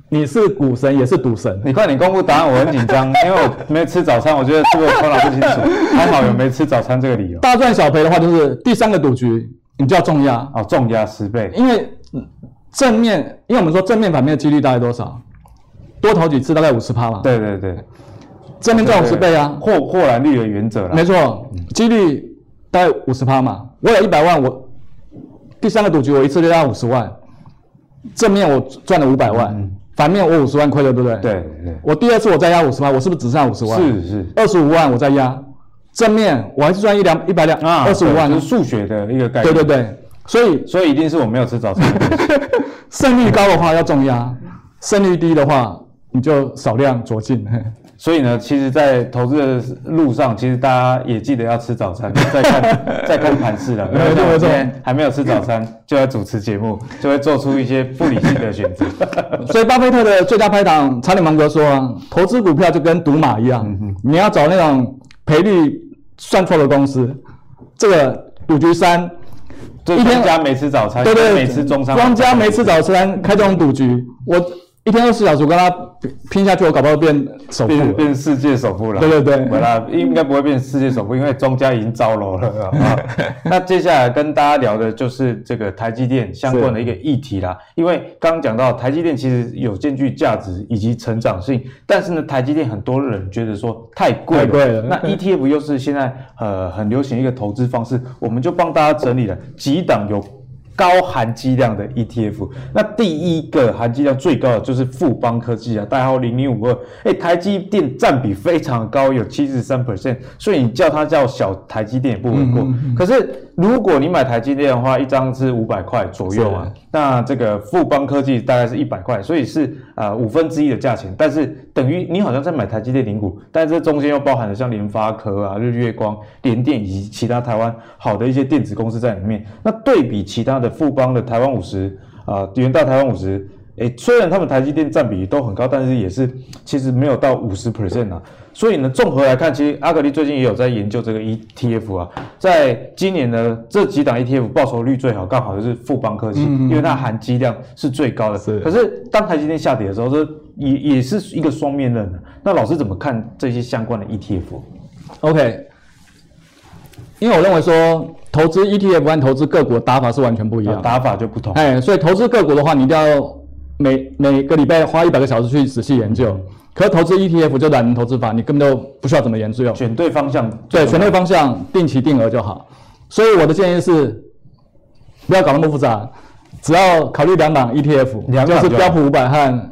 B: 你是股神也是赌神》，
A: 你快点公布答案，我很紧张，因为我没吃早餐，我觉得是不是我头脑不清楚？还好有没吃早餐这个理由。
B: 大赚小赔的话就是第三个赌局你就要重压，
A: 哦，重压十倍，
B: 因为嗯正面，因为我们说正面反面的几率大概多少？多投几次大概五十趴嘛。，
A: 对对对，
B: 正面赚五十倍啊，
A: 对霍霍兰率的原则啦
B: 没。错，几率大概五十趴嘛。我有一百万，我第三个赌局我一次就压五十万，正面我赚了五百万，反面我五十万亏了，对不对？。
A: 嗯对对对，
B: 我第二次我再压五十万，我是不是只剩五十万？
A: 是是
B: 二十五万我再压，正面我还是赚一两一百两
A: 啊，
B: 二十五万
A: 对就。是数学的一个概念。
B: 对对，对，所以
A: 所以一定是我没有吃早餐。
B: 胜率高的话要重压，胜率低的话你就少量酌进。嘿
A: 所以呢，其实，在投资的路上，其实大家也记得要吃早餐， 再看再看盘势了。
B: 没错
A: 不然我
B: 没错
A: 今天还没有吃早餐，就要主持节目，就会做出一些不理性的 选择。
B: 所以巴菲特的最佳拍档查理芒格说啊，投资股票就跟赌马一样，
A: 嗯
B: 你要找那种赔率算错的公司。这个赌局三，
A: 就
B: 一天
A: 庄家没吃早餐，
B: 对不对，
A: 没吃中餐，
B: 庄家没吃早餐，开这种赌局，我一天二十四小时我跟他拼下去，我搞不好变首富
A: 变
B: 了。
A: 变世界首富了。
B: 对对对
A: 不会啦，应该不会变世界首富，因为庄家已经招楼了。 好不好那接下来跟大家聊的就是这个台积电相关的一个议题啦。因为刚刚讲到台积电其实有兼具价值以及成长性，但是呢，台积电很多人觉得说太贵了。
B: 太贵了
A: 那 ETF 又是现在呃很流行一个投资方式，我们就帮大家整理了几档有高含积量的 ETF。那第一个含积量最高的就是富邦科技啊，代号零零五二，哎，台积电占比非常高，有七十三 percent，所以你叫它叫小台积电也不为过。可是如果你买台积电的话，一张是五百块左右啊，那这个富邦科技大概是一百块，所以是呃五分之一的价钱，但是等于你好像在买台积电零股，但是这中间又包含了像联发科啊、日月光、联电以及其他台湾好的一些电子公司在里面。那对比其他的富邦的台湾五十啊、元大台湾五十，诶，虽然他们台积电占比都很高，但是也是其实没有到五十 percent 啊。所以呢，综合来看，其实阿格力最近也有在研究这个 ETF 啊，在今年呢这几档 ETF 报酬率最好，刚好就是富邦科技，因为它含积量是最高的。
B: 嗯是
A: 可是当台积电下跌的时候，这也也是一个双面刃的。啊那老师怎么看这些相关的 E ETF？
B: OK，因为我认为说投资 ETF 和投资个股的打法是完全不一样的。
A: 啊打法就不同。
B: 哎，所以投资个股的话，你一定要每每个礼拜花一百个小时去仔细研究。可是投资 ETF 就懒人投资法，你根本就不需要怎么研究，
A: 选对方向，
B: 对，选对方向，定期定额就好。所以我的建议是，不要搞那么复杂，只要考虑两档 ETF，
A: 两档就好
B: 就是标普五百和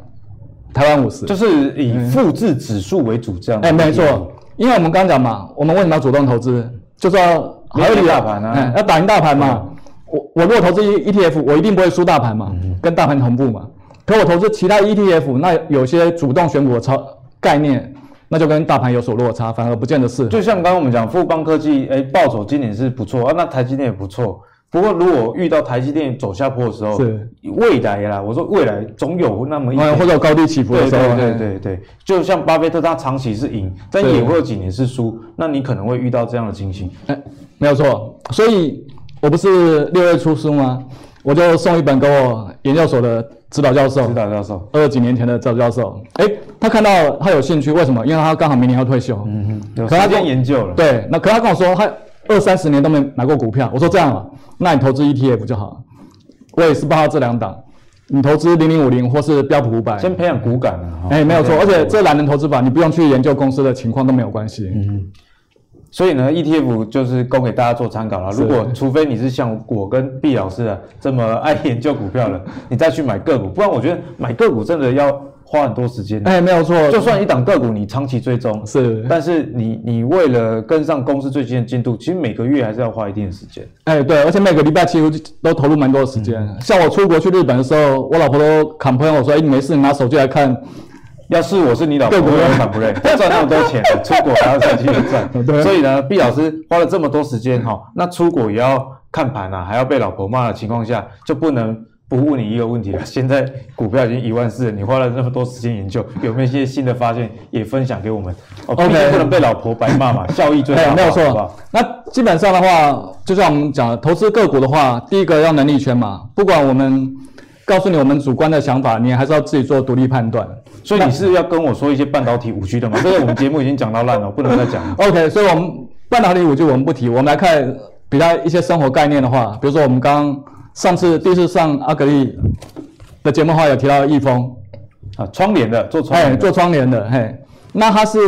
B: 台湾五十。
A: 就是以复制指数为主这样。
B: 嗯哎，没错，，因为我们刚刚讲嘛，我们为什么要主动投资，就是要
A: 没
B: 还有
A: 赢
B: 理由
A: 大盘啊嗯
B: 哎要打赢大盘嘛。我我如果投资 E ETF，我一定不会输大盘嘛，
A: 嗯
B: 跟大盘同步嘛。可我投资其他 ETF，那有些主动选股的操概念，那就跟大盘有所落差，反而不见得是。
A: 就像刚刚我们讲富邦科技，哎，报酬今年是不错啊，那台积电也不错。不过如果遇到台积电走下坡的时候，
B: 是
A: 未来啦，我说未来总有那么一
B: 哎，
A: 天
B: 或者有高低起伏的
A: 对
B: 时候，
A: 对
B: 哎
A: 对对对，就像巴菲特他长期是赢，但
B: 对
A: 也会有几年是输，那你可能会遇到这样的情形。
B: 哎，没有错。所以我不是六月出书吗？我就送一本给我研究所的指导教授，
A: 指导教授，
B: 二十几年前的赵教授，哎，他看到他有兴趣，为什么？因为他刚好明年要退休。
A: 嗯哼，有
B: 可他
A: 时
B: 跟
A: 间研究了，
B: 对，那可他跟我说，他二三十年都没买过股票。我说这样啊，那你投资 ETF 就好。我也是报他这两档，你投资零零五零或是标普五百。
A: 先培养骨感啊。哈
B: 哎，没有错，而且这懒人投资法，你不用去研究公司的情况都没有关系。
A: 嗯所以呢，ETF 就是供给大家做参考了。如果除非你是像我跟毕老师啊这么爱研究股票 了，你再去买个股，不然我觉得买个股真的要花很多时间。
B: 哎，没有错，
A: 就算一档个股你长期追踪，
B: 是
A: 但是你你为了跟上公司最新的进度，其实每个月还是要花一定的时间。
B: 哎，对，而且每个礼拜几乎都投入蛮多的时间。
A: 嗯
B: 像我出国去日本的时候，我老婆都 complain 我说：“哎，你没事，你拿手机来看。
A: 要是我是你老婆，
B: 对不
A: 我
B: 对
A: 也反不认，赚那么多钱，出国还要再去赚。
B: 对
A: 所以呢，毕老师花了这么多时间哈、那出国也要看盘啊，还要被老婆骂的情况下，就不能不问你一个问题了。现在股票已经一万四了，你花了那么多时间研究，有没有一些新的发现也分享给我们？哦，毕
B: OK
A: 竟不能被老婆白骂 嘛，效益”最大
B: 哎，
A: 化，
B: 没有
A: 啊好不好
B: 错。那基本上的话，就像我们讲的，投资个股的话，第一个要能力圈嘛。不管我们告诉你我们主观的想法，你还是要自己做独立判断。
A: 所以你是要跟我说一些半导体五 G 的吗？这个我们节目已经讲到烂了，不能再讲了。
B: OK，所以我们半导体五 G 我们不提，我们来看比较一些生活概念的话，比如说我们刚上次第一次上阿格力的节目的话，有提到易丰。
A: 啊，窗帘的做窗
B: 哎，
A: 帘的，
B: 做窗帘的，嘿，那它是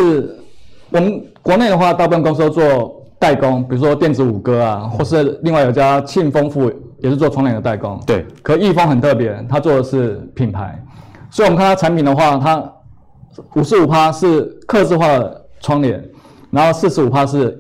B: 我们国内的话，大部分公司都做代工，比如说电子五哥啊，或是另外有一家庆丰富也是做窗帘的代工。
A: 对，
B: 可易丰很特别，它做的是品牌，所以我们看它产品的话，它五十五趴是刻字化的窗帘，然后四十五趴是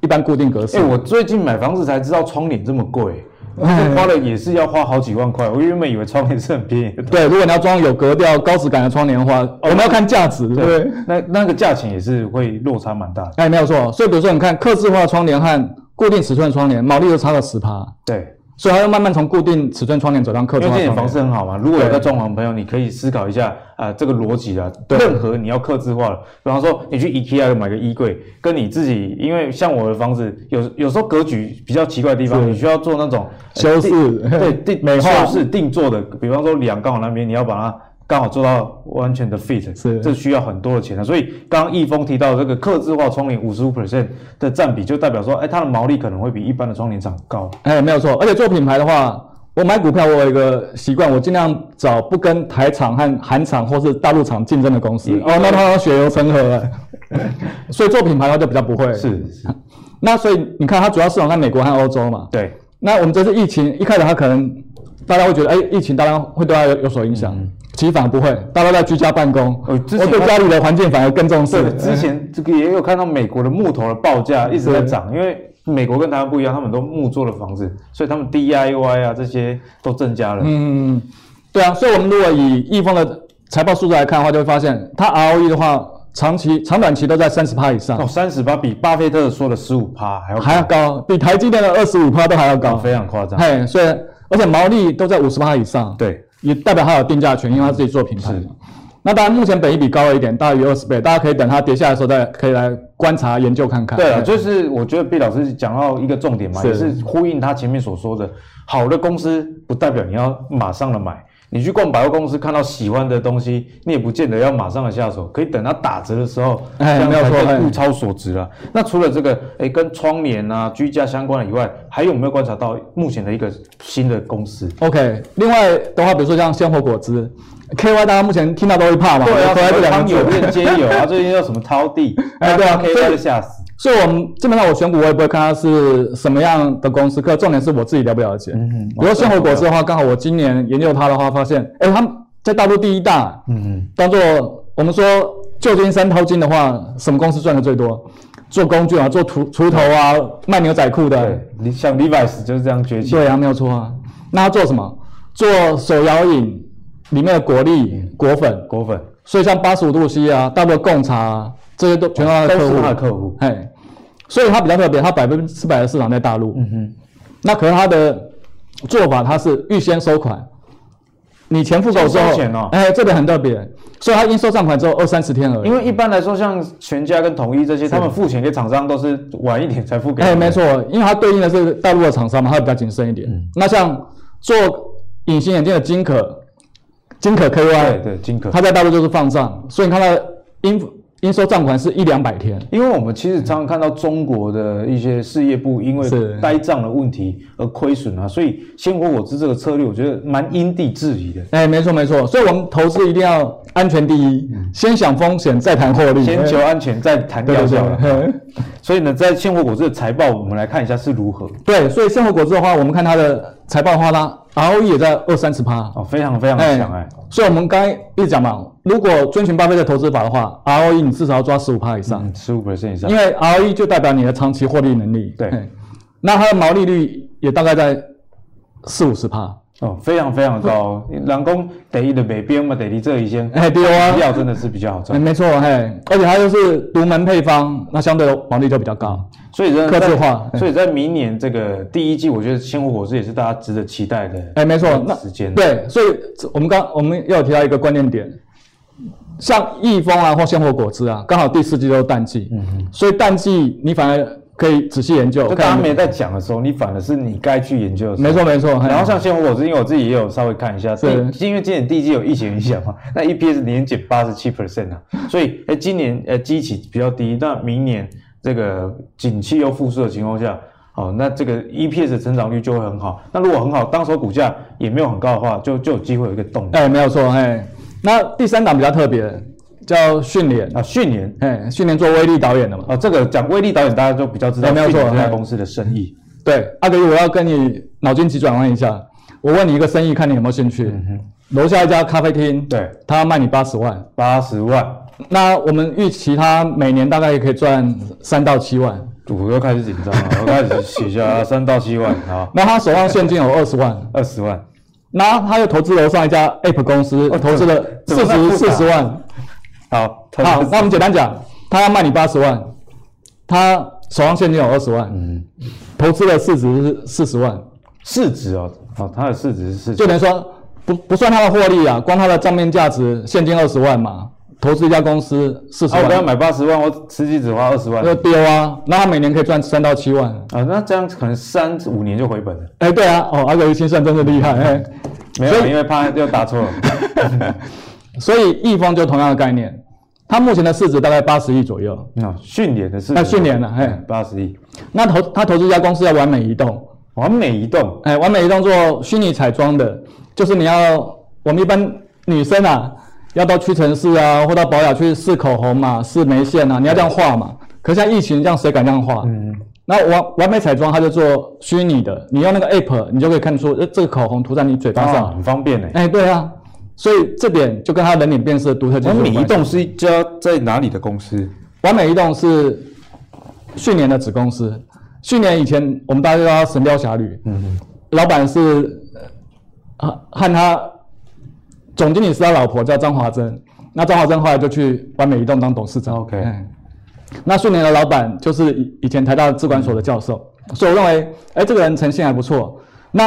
B: 一般固定格式。
A: 哎、我最近买房子才知道窗帘这么贵，
B: 哎
A: 花了也是要花好几万块。我原本以为窗帘是很便宜的，
B: 对，如果你要装有格调、高质感的窗帘的话，
A: 哦
B: 我们要看价值，对不对？
A: 那那个价钱也是会落差蛮大的。
B: 哎，没有错。所以比如说，你看刻字化窗帘和固定尺寸窗帘，毛利就差了十趴，
A: 对，
B: 所以它要慢慢从固定尺寸窗帘走向刻字
A: 因为这点
B: 化窗
A: 房
B: 帘。
A: 子很好嘛，如果有在
B: 对
A: 装潢的朋友，你可以思考一下啊、这个逻辑啊。任何你要克制化了，比方说你去 IKEA 买个衣柜，跟你自己，因为像我的房子有有时候格局比较奇怪的地方，你需要做那种呃
B: 修饰
A: 定对定
B: 美化
A: 修饰定做的，比方说梁刚好那边你要把它。刚好做到完全的 fit，
B: 是
A: 这需要很多的钱啊的。所以刚刚易峰提到这个客制化窗帘五十五 percent 的占比，就代表说，哎，它的毛利可能会比一般的窗帘厂高。
B: 哎，没有错。而且做品牌的话，我买股票我有一个习惯，我尽量找不跟台厂和韩厂或是大陆厂竞争的公司。哦，那它血流成河了。 所以做品牌的话就比较不会。。
A: 是是，
B: 那所以你看，它主要市场在美国和欧洲嘛。
A: 对，
B: 那我们这次疫情一开始，它可能大家会觉得，哎，疫情当然会对它有有所影响。其实反而不会，大家都在居家办公，
A: 嗯哦之前
B: 我对家里的环境反而更重视
A: 对。，之
B: 哎
A: 前这个也有看到美国的木头的报价
B: 嗯
A: 一直在涨，因为美国跟台湾不一样，他们都木做的房子，所以他们 DIY 啊这些都增加了。
B: 嗯，对啊，所以我们如果以易丰的财报数字来看的话，就会发现它 ROE E 的话，长期、长短期都在三十趴以上，
A: 哦，三十八比巴菲特说的十五趴还要
B: 还要高，比台积电的二十五趴都还要
A: 高，
B: 高。
A: 非常夸张。
B: 嘿，所以而且毛利都在五十趴以上，，
A: 对，
B: 也代表它有定价权，因为它自己做品牌嘛。那当然，目前本益比高了一点，大约二十倍，大家可以等它跌下来的时候再可以来观察研究看看。
A: 对啊，
B: 嘿
A: 就是我觉得毕老师讲到一个重点嘛，
B: 是
A: 也是呼应他前面所说的，好的公司不代表你要马上的买。你去逛百货公司看到喜欢的东西，你也不见得要马上的下手，可以等它打折的时候，
B: 哎
A: 这样
B: 没有
A: 才
B: 错
A: 更
B: 哎
A: 物超所值了。那除了这个，哎，跟窗帘啊、居家相关的以外，还有没有观察到目前的一个新的公司？
B: OK，另外的话，比如说像鲜活果汁，KY 大家目前听到都会怕嘛，啊都在
A: 啊什
B: 这
A: 么
B: 两个
A: 汤
B: 字
A: 有 变街有啊，最近叫什么涛地，
B: 哎对啊
A: 可以
B: 所以
A: 被吓死。
B: 所以我们基本上我选股我也不会看它是什么样的公司，可重点是我自己了不了解。
A: 嗯哼哦
B: 比如说鲜活果汁的话，刚好我今年研究它的话，发现，哎、它在大陆第一大，
A: 嗯，
B: 当做我们说旧金山淘金的话，什么公司赚的最多？做工具啊，做锄锄头啊，卖牛仔裤的，
A: 对，你像 Levi's 就是这样崛起。
B: 对啊，没有错啊。那它做什么？做手摇饮里面的果粒、
A: 嗯
B: 果粉，
A: 果粉
B: 所以像八十五度 C 啊、大陆的贡茶、啊、这些都全都是它
A: 都
B: 的客户
A: 是。他的客户。
B: 哎，所以它比较特别，它百分之百的市场在大陆。
A: 嗯哼，
B: 那可是它的做法，它是预先收款，你钱付够之
A: 先
B: 后，
A: 收钱哦
B: 哎，这个很特别，所以它应收账款只有二三十天而已
A: 因。为一般来说，像全家跟统一这些，他们付钱给厂商都是晚一点才付给。
B: 哎，没。错，因为它对应的是大陆的厂商嘛，它比较谨慎一
A: 嗯
B: 点。那像做隐形眼镜的金可，金可 KY，
A: 对对，金可。
B: 它在大陆就是放账，所以你看它的应应收账款是一两百天。
A: 因为我们其实常常看到中国的一些事业部因为
B: 是
A: 呆账的问题而亏损啊，所以鲜活果汁这个策略，我觉得蛮因地制宜的。
B: 哎，没错没错，所以我们投资一定要安全第一，先想风险再谈获利。
A: 嗯先求安全，再谈
B: 对
A: 药
B: 对
A: 效了。
B: 对，
A: 所以呢，在鲜活果汁的财报，我们来看一下是如何
B: 对，所以鲜活果汁的话，我们看它的财报的话，它 ROE 也在二三十趴，
A: 哦，非常非常的强哎。
B: 所以我们刚才一直讲嘛，如果遵循巴菲特投资法的话，ROE 你至少要抓十五趴以上，
A: 嗯，十五 percent 以上
B: 因。为 ROE 就代表你的长期获利能力。
A: 对
B: 嘿，那它的毛利率也大概在四五十趴。
A: 哦，非常非常高。人工得意的北边嘛，得离这一些，
B: 嗯哎，对啊，
A: 药真的是比较好
B: 哎
A: 赚。
B: 没错，嘿，而且它就是独门配方，那相对的毛利就比较高。
A: 所以呢，
B: 客制
A: 在
B: 化
A: 所以在明年这个第一季，我觉得鲜活果汁也是大家值得期待的。
B: 哎，没错，那
A: 时间
B: 对，所以这我们刚我们要有提到一个关键点，像益丰啊或鲜活果汁啊，刚好第四季都是淡季，所以淡季你反而可以仔细研究。
A: 嗯就
B: 看
A: 大家没在讲的时候，你反而是你该去研究的时候。
B: 没错没错，嘿
A: 然后像鲜活果汁，因为我自己也有稍微看一下，第
B: 是
A: 因为今年第一季有疫情影响嘛，那 EPS 年减八十七 percent 啊，所以哎，今年呃基期比较低，那明年这个景气又复苏的情况下，哦，那这个 EPS 的成长率就会很好。那如果很好，当时候股价也没有很高的话，就就有机会有一个动力
B: 哎没有错，哎，那第三档比较特别，叫训练，
A: 啊。去年
B: 哎，训练做威力导演的嘛，
A: 啊，这个讲威力导演，大家就比较知道
B: 哎没有
A: 去
B: 错
A: 年这家
B: 哎
A: 公司的生意。
B: 对，阿格力，我要跟你脑筋急转弯一下，我问你一个生意，看你有没有兴趣。楼下一家咖啡厅，
A: 嗯对，
B: 他要卖你八十万，
A: 八十万，
B: 那我们预期他每年大概也可以赚三到七万，
A: 我又开始紧张了，我开始写下来三到七 万啊，
B: 那他手上现金有二十万，
A: 二十万。
B: 那他又投资楼上一家 App 公司，投资了
A: 哦怎么那
B: 四
A: 么
B: 十
A: 复
B: 四
A: 杂
B: 十万。
A: 好，他
B: 好
A: 们，
B: 那我们简单讲，他要卖你八十万，他手上现金有二十万，
A: 嗯
B: 投资了市值四十万，
A: 市值哦，哦，它的市值是市值
B: 就等于说不不算他的获利啊，光他的账面价值现金二十万嘛，投资一家公司四十
A: 啊，我不要
B: 万，
A: 买八呃十万，我实际只花二十万
B: 就丢啊，那他每年可以赚三到七万。
A: 啊，那这样可能三五年就回本了，
B: 哎、对啊，哦，阿格力心算真的厉害，哎、
A: 没有，因为怕又答错了。
B: 所以易丰就同样的概念，它目前的市值大概八十亿左右。
A: 那迅哦联的是
B: 那迅联了嘿
A: 八十亿，
B: 那投它投资一家公司叫完美移动，
A: 完美移动，
B: 哎，完美移动做虚拟彩妆的，就是你要我们一般女生啊，要到屈臣氏啊，或到保养去试口红嘛，试眉线啊，你要这样画嘛。可是现在疫情，这样谁敢这样画？嗯。那完完美彩妆它就做虚拟的，你用那个 app，你就可以看出，呃，这个口红涂在你嘴巴
A: 哇，
B: 上。
A: 很方便呢。
B: 哎、对啊，所以这点就跟它人脸辨识的独特技术
A: 完
B: 有
A: 美
B: 关系。
A: 移动是一家在哪里的公司？
B: 完美移动是迅联的子公司。迅联以前我们大家都知道《神雕侠侣》，嗯，老板是呃和他总经理是他老婆叫张华珍，那张华珍后来就去完美移动当董事长。
A: OK
B: 哎那迅联的老板就是以以前台大资管所的教授，所以我认为，哎，这个人呈现还不错。那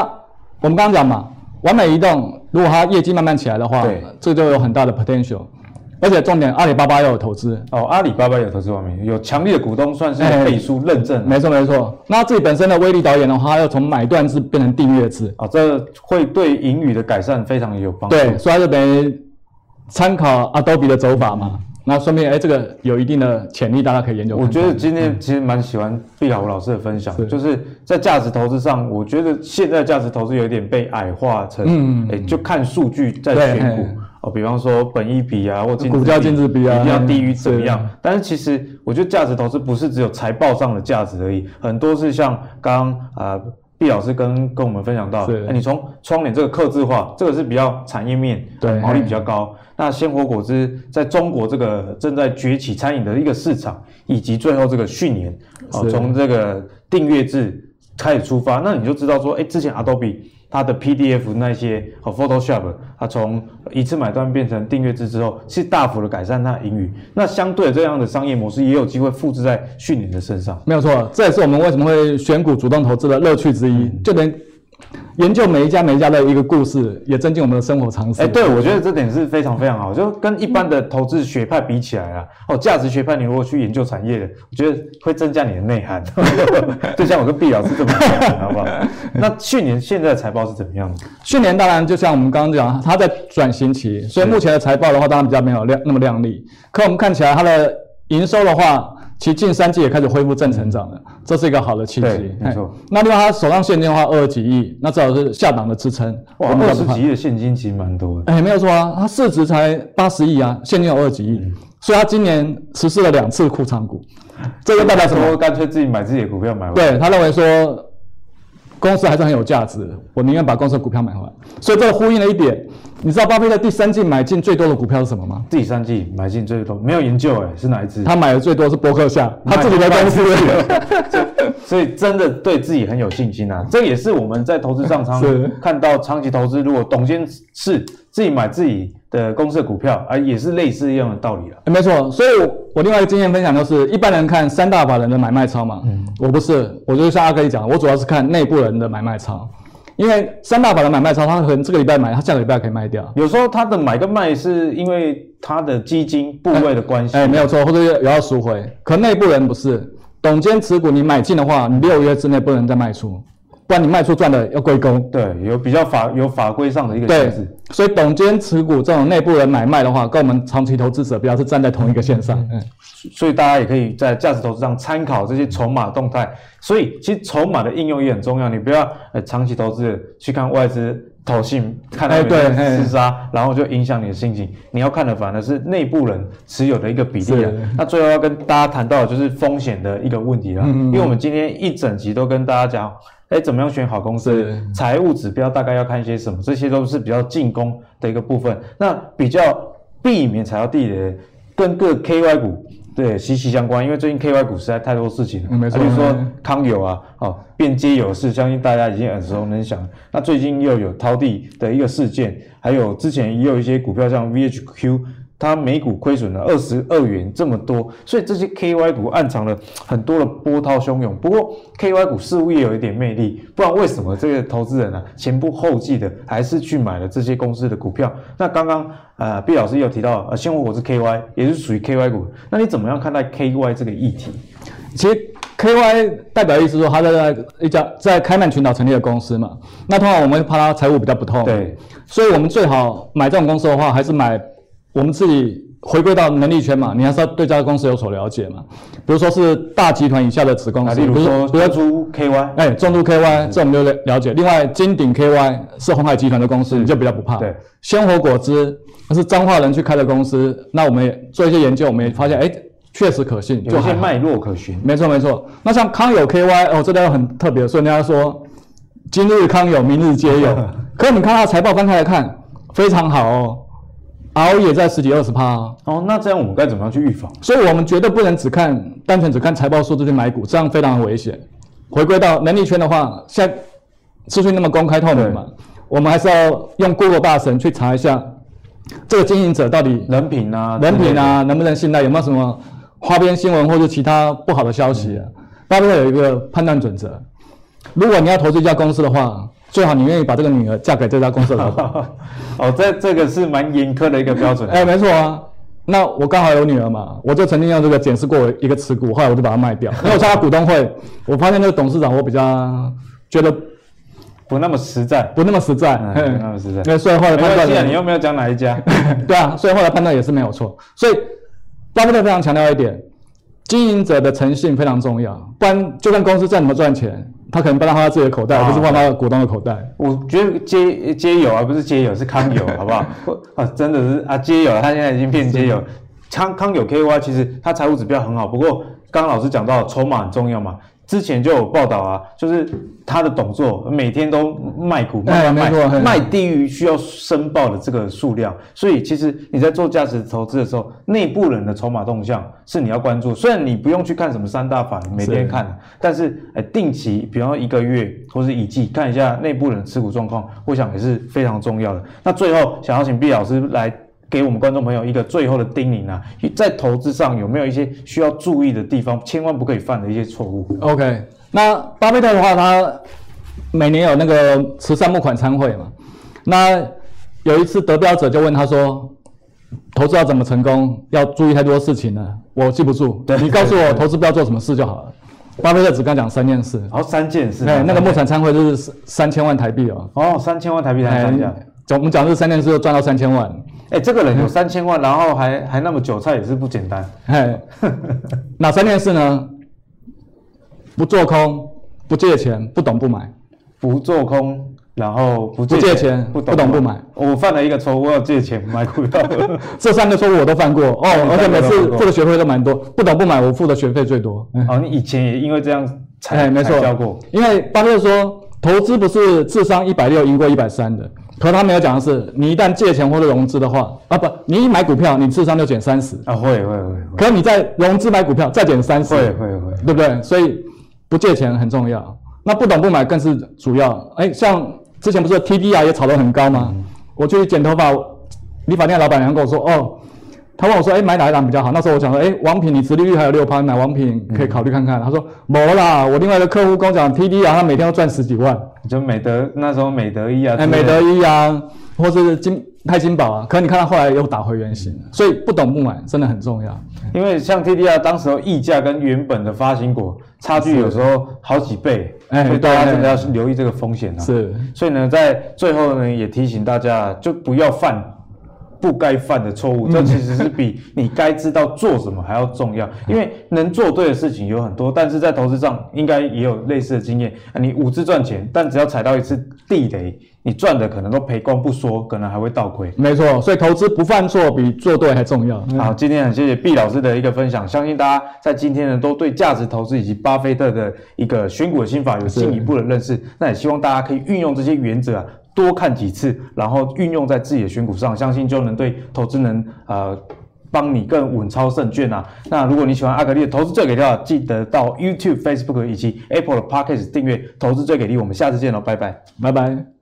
B: 我们刚刚讲嘛，完美移动如果它业绩慢慢起来的话
A: 对，
B: 这就有很大的 potential，而且重点，阿里巴巴要有投资，
A: 哦，阿里巴巴有投资完美，有强烈的股东，算是
B: 哎
A: 倍数认证啊。
B: 没错没错，那自己本身的威力导演的话，它要从买断制变成订阅制，
A: 哦，这会对英语的改善非常有帮助。
B: 对，所以它就等于参考 Adobe 的走法嘛。那说明哎，这个有一定的潜力，大家可以研究看
A: 我
B: 看。嗯
A: 觉得今天其实蛮喜欢毕卡胡老师的分享，就是在价值投资上，我觉得现在价值投资有点被矮化成，嗯，哎，就看数据在选股
B: 对嘿
A: 哦，比方说本益比啊，或净值
B: 股价净值比啊
A: 一定要低于
B: 是
A: 怎么样？但是其实我觉得价值投资不是只有财报上的价值而已，很多是像刚啊。呃毕老师跟跟我们分享到，
B: 是
A: 哎你从窗帘这个刻字化，这个是比较产业面，
B: 对
A: 毛利
B: 嘿
A: 比较高。那鲜活果汁在中国这个正在崛起餐饮的一个市场，以及最后这个去年哦，
B: 是
A: 从这个订阅制开始出发，那你就知道说，哎，之前 Adobe 它的 PDF 那些和 Photoshop，它从一次买断变成订阅制之后，是大幅的改善它的盈余。那相对的这样的商业模式也有机会复制在去年的身上。
B: 没有错，这也是我们为什么会选股主动投资的乐趣之一，就能研究每一家每一家的一个故事，也增进我们的生活常识。
A: 哎，对，我觉得这点是非常非常好，就跟一般的投资学派比起来啊，哦，价值学派你如果去研究产业的，我觉得会增加你的内涵。 就像我跟毕老师这么讲，好不 好？那去年现在的财报是怎么样的？
B: 去年当然就像我们刚刚讲，它在转型期，所以目前的财报的话，当然比较没有亮那么亮丽。可我们看起来它的营收的话，其实近三季也开始恢复正成长了，这是一个好的契机。
A: 对没错
B: 嘿。那另外它手上现金的话二十几亿，那至少是下档的支撑。
A: 哇，
B: 我们
A: 二
B: 看
A: 十
B: 不看
A: 几亿的现金其实蛮多的。
B: 哎，没有错啊，它市值才八十亿啊，现金有二十几
A: 嗯
B: 亿，所以它今年实施了两次库藏股，这就代表什么？
A: 说干脆自己买自己的股票买回来。
B: 对他认为说，公司还是很有价值的，我宁愿把公司的股票买回来。所以这呼应了一点，你知道巴菲特第三季买进最多的股票是什么吗？
A: 第三季买进最多，没有研究哎、是哪一支？
B: 他买的最多是伯克夏，他自己的公司。
A: 所以真的对自己很有信心啊！这也是我们在投资上常
B: 是
A: 看到长期投资，如果董监事自己买自己的公司的股票，啊，也是类似一样的道理啊了。
B: 哎没错，所以我我另外一个经验分享就是，一般人看三大法人的买卖超嘛，我不是，我就像阿哥你讲，我主要是看内部人的买卖超，因为三大法人买卖超，他可能这个礼拜买，他下个礼拜可以卖掉。
A: 有时候他的买跟卖是因为他的基金部位的关系，
B: 哎，没有错，或者有要赎回，可内部人不是，董监持股你买进的话，你六月之内不能再卖出，不然你卖出赚的要归公。
A: 对，有比较法有法规上的一个限
B: 对
A: 制。，
B: 所以董监持股这种内部人买卖的话，跟我们长期投资者比较是站在同一个线上。嗯，
A: 所以大家也可以在价值投资上参考这些筹码动态。所以其实筹码的应用也很重要，你不要呃长期投资人去看外资投信看他
B: 哎
A: 们
B: 对
A: 在
B: 哎
A: 厮杀，然后就影响你的心情。你要看的反而是内部人持有的一个比例啊
B: 是。
A: 那最后要跟大家谈到的就是风险的一个问题啦，
B: 嗯
A: 因为我们今天一整集都跟大家讲。哎，怎么样选好公司
B: 是？
A: 财务指标大概要看一些什么？这些都是比较进攻的一个部分。那比较避免踩到地雷，跟各 KY 股对息息相关，因为最近 KY 股实在太多事情了，
B: 嗯没错
A: 比如说
B: 嗯
A: 康友啊，哦，变街有事，相信大家已经耳熟能详。那最近又有掏地的一个事件，还有之前也有一些股票像 VHQ。它每股亏损了二十二元这么多，所以这些 KY 股暗藏了很多的波涛汹涌。不过 KY 股似乎也有一点魅力，不然为什么这个投资人啊前仆后继的还是去买了这些公司的股票？那刚刚呃毕老师有提到，呃，鲜活果是 KY，也是属于 KY 股。那你怎么样看待 KY 这个议题？
B: 其实 KY 代表意思说，他在一家在开曼群岛成立的公司嘛，那通常我们会怕他财务比较不透。
A: 对，
B: 所以我们最好买这种公司的话，还是买我们自己回归到能力圈嘛，你还是要对这家公司有所了解嘛。比如说是大集团以下的子公
A: 啊，
B: 司，
A: 例如
B: 比
A: 说嗯
B: 比如
A: 标出 KY，
B: 哎，重度 KY 这我们就了了解。另外，金鼎 KY 是红海集团的公司，你就比较不怕。
A: 嗯对，
B: 鲜活果汁那是彰化人去开的公司，那我们也做一些研究，我们也发现，哎，确实可信，
A: 有
B: 就
A: 一些
B: 还好。
A: 脉络可循。
B: 没错没错。那像康友 KY 哦，这家很特别，所以人家说今日康友，明日皆有。可你看它的财报翻开来看，非常好哦，ROE 也在十几二十趴哦。
A: 哦，那这样我们该怎么样去预防？
B: 所以我们绝对不能只看单纯只看财报数字去买股，这样非常危险。回归到能力圈的话，现在资讯那么公开透明嘛，我们还是要用 Google 大神去查一下这个经营者到底
A: 人品啊，
B: 人品，啊，能不能信赖，有没有什么花边新闻或者其他不好的消息啊？
A: 嗯
B: 大家都有一个判断准则。如果你要投资一家公司的话，最好你愿意把这个女儿嫁给这家公司的 老板。
A: 哦，这这个是蛮严苛的一个标准。
B: 哎、没错啊。那我刚好有女儿嘛，我就曾经用这个检视过一个持股，后来我就把它 卖掉。因为我参加股东会，我发现那个董事长我比较觉得
A: 不那么实在。
B: 不那么实在，
A: 嗯
B: 嘿
A: 不那么实在
B: 对，所以后来
A: 没
B: 判
A: 关
B: 断
A: 系啊，
B: 也
A: 你又没有讲哪一家。
B: 对啊，所以后来判断也是没有错。所以巴菲特非常强调一点，经营者的诚信非常重要，不然就算公司再怎么赚钱，他可能不让花到自己的口袋，
A: 啊
B: 不是放到股东的口袋。
A: 我觉得街街友啊，不是街友，是康 友，好不好？我啊，真的是啊，街友，他现在已经变街友。康康友 KY 其实它财务指标很好，不过刚刚老师讲到筹码很重要嘛，之前就有报道啊，就是他的董座每天都卖股卖
B: 哎
A: 卖
B: 没错
A: 卖
B: 嘿
A: 卖低于需要申报的这个数量，所以其实你在做价值投资的时候，内部人的筹码动向是你要关注。虽然你不用去看什么三大法，你每天看，但是哎，定期，比方说一个月或是一季，看一下内部人的持股状况，我想也是非常重要的。那最后，想要请毕老师来。给我们观众朋友一个最后的叮咛啊，在投资上有没有一些需要注意的地方，千万不可以犯的一些错误？
B: OK，那巴菲特的话，他每年有那个慈善募款参会嘛。那有一次得标者就问他说：“投资要怎么成功？要注意太多事情呢？我记不住，你告诉我投资不要做什么事就好了。”巴菲特只跟他讲三件事。
A: 然后三件事，
B: 哎，那个募款参会就是三三千万台币哦。
A: 哦，三千万台币才
B: 哎
A: 三家。，
B: 总我们讲这三件事就赚到三千万。
A: 哎、这个人有三千万，然后还还那么韭菜，也是不简单。
B: 哎，哪三件事呢？不做空，不借钱，不懂不买。
A: 不做空，然后不
B: 不借钱
A: 不
B: 不懂不
A: 我犯了一个错，误，我有借钱买股票。
B: 这三个错误我都犯过哦，
A: 你
B: 而且
A: 犯过
B: 每
A: 哎都犯
B: 次
A: 过
B: 付的学费都蛮多，不懂不买，我付的学费最多。哎
A: 哦，你以前也因为这样才、
B: 哎，没错
A: 才交过。，
B: 因为巴菲特说，投资不是智商一百六赢过一百三的，可他没有讲的是，你一旦借钱或者融资的话，啊不，你一买股票，你智商就减三十，
A: 啊，会会会会
B: 可你在融资买股票再减三十，
A: 会会会，
B: 对不对？所以不借钱很重要，那不懂不买更是主要。哎，像之前不是 TDR 也炒得很高吗？
A: 嗯
B: 我去剪头发，理发店的老板娘跟我说，哦，他问我说，哎，买哪一档比较好？那时候我想说，哎，王品你殖利率还有六趴，买王品可以考虑看
A: 嗯
B: 看。他说，没啦，我另外一个客户跟我讲 TDR，他每天都赚十几万，
A: 就美德那时候美德一啊，
B: 哎，美德一啊，或是金泰金宝啊，可你看他后来又打回原形了，所以不懂不买真的很重要。
A: 因为像 TDR 当时候溢价跟原本的发行国差距有时候好几倍，
B: 哎
A: 所以大家
B: 对
A: 真的要去留意这个风险啊。
B: 是，
A: 所以呢，在最后呢，也提醒大家，就不要犯不该犯的错误。这其实是比你该知道做什么还要重要，因为能做对的事情有很多，但是在投资上应该也有类似的经验。啊你五次赚钱，但只要踩到一次地雷，你赚的可能都赔光不说，可能还会倒亏。
B: 没错，所以投资不犯错比做对还重要。
A: 好，今天很谢谢毕老师的一个分享，相信大家在今天呢都对价值投资以及巴菲特的一个选股的心法有进一步的认识。那也希望大家可以运用这些原则啊，多看几次，然后运用在自己的选股上，相信就能对投资人呃。帮你更稳操胜券啊！那如果你喜欢阿格丽的投资最给力的话，记得到 YouTube、Facebook 以及 Apple 的 Podcast 订阅《投资最给力》。我们下次见喽，拜拜。
B: 拜拜。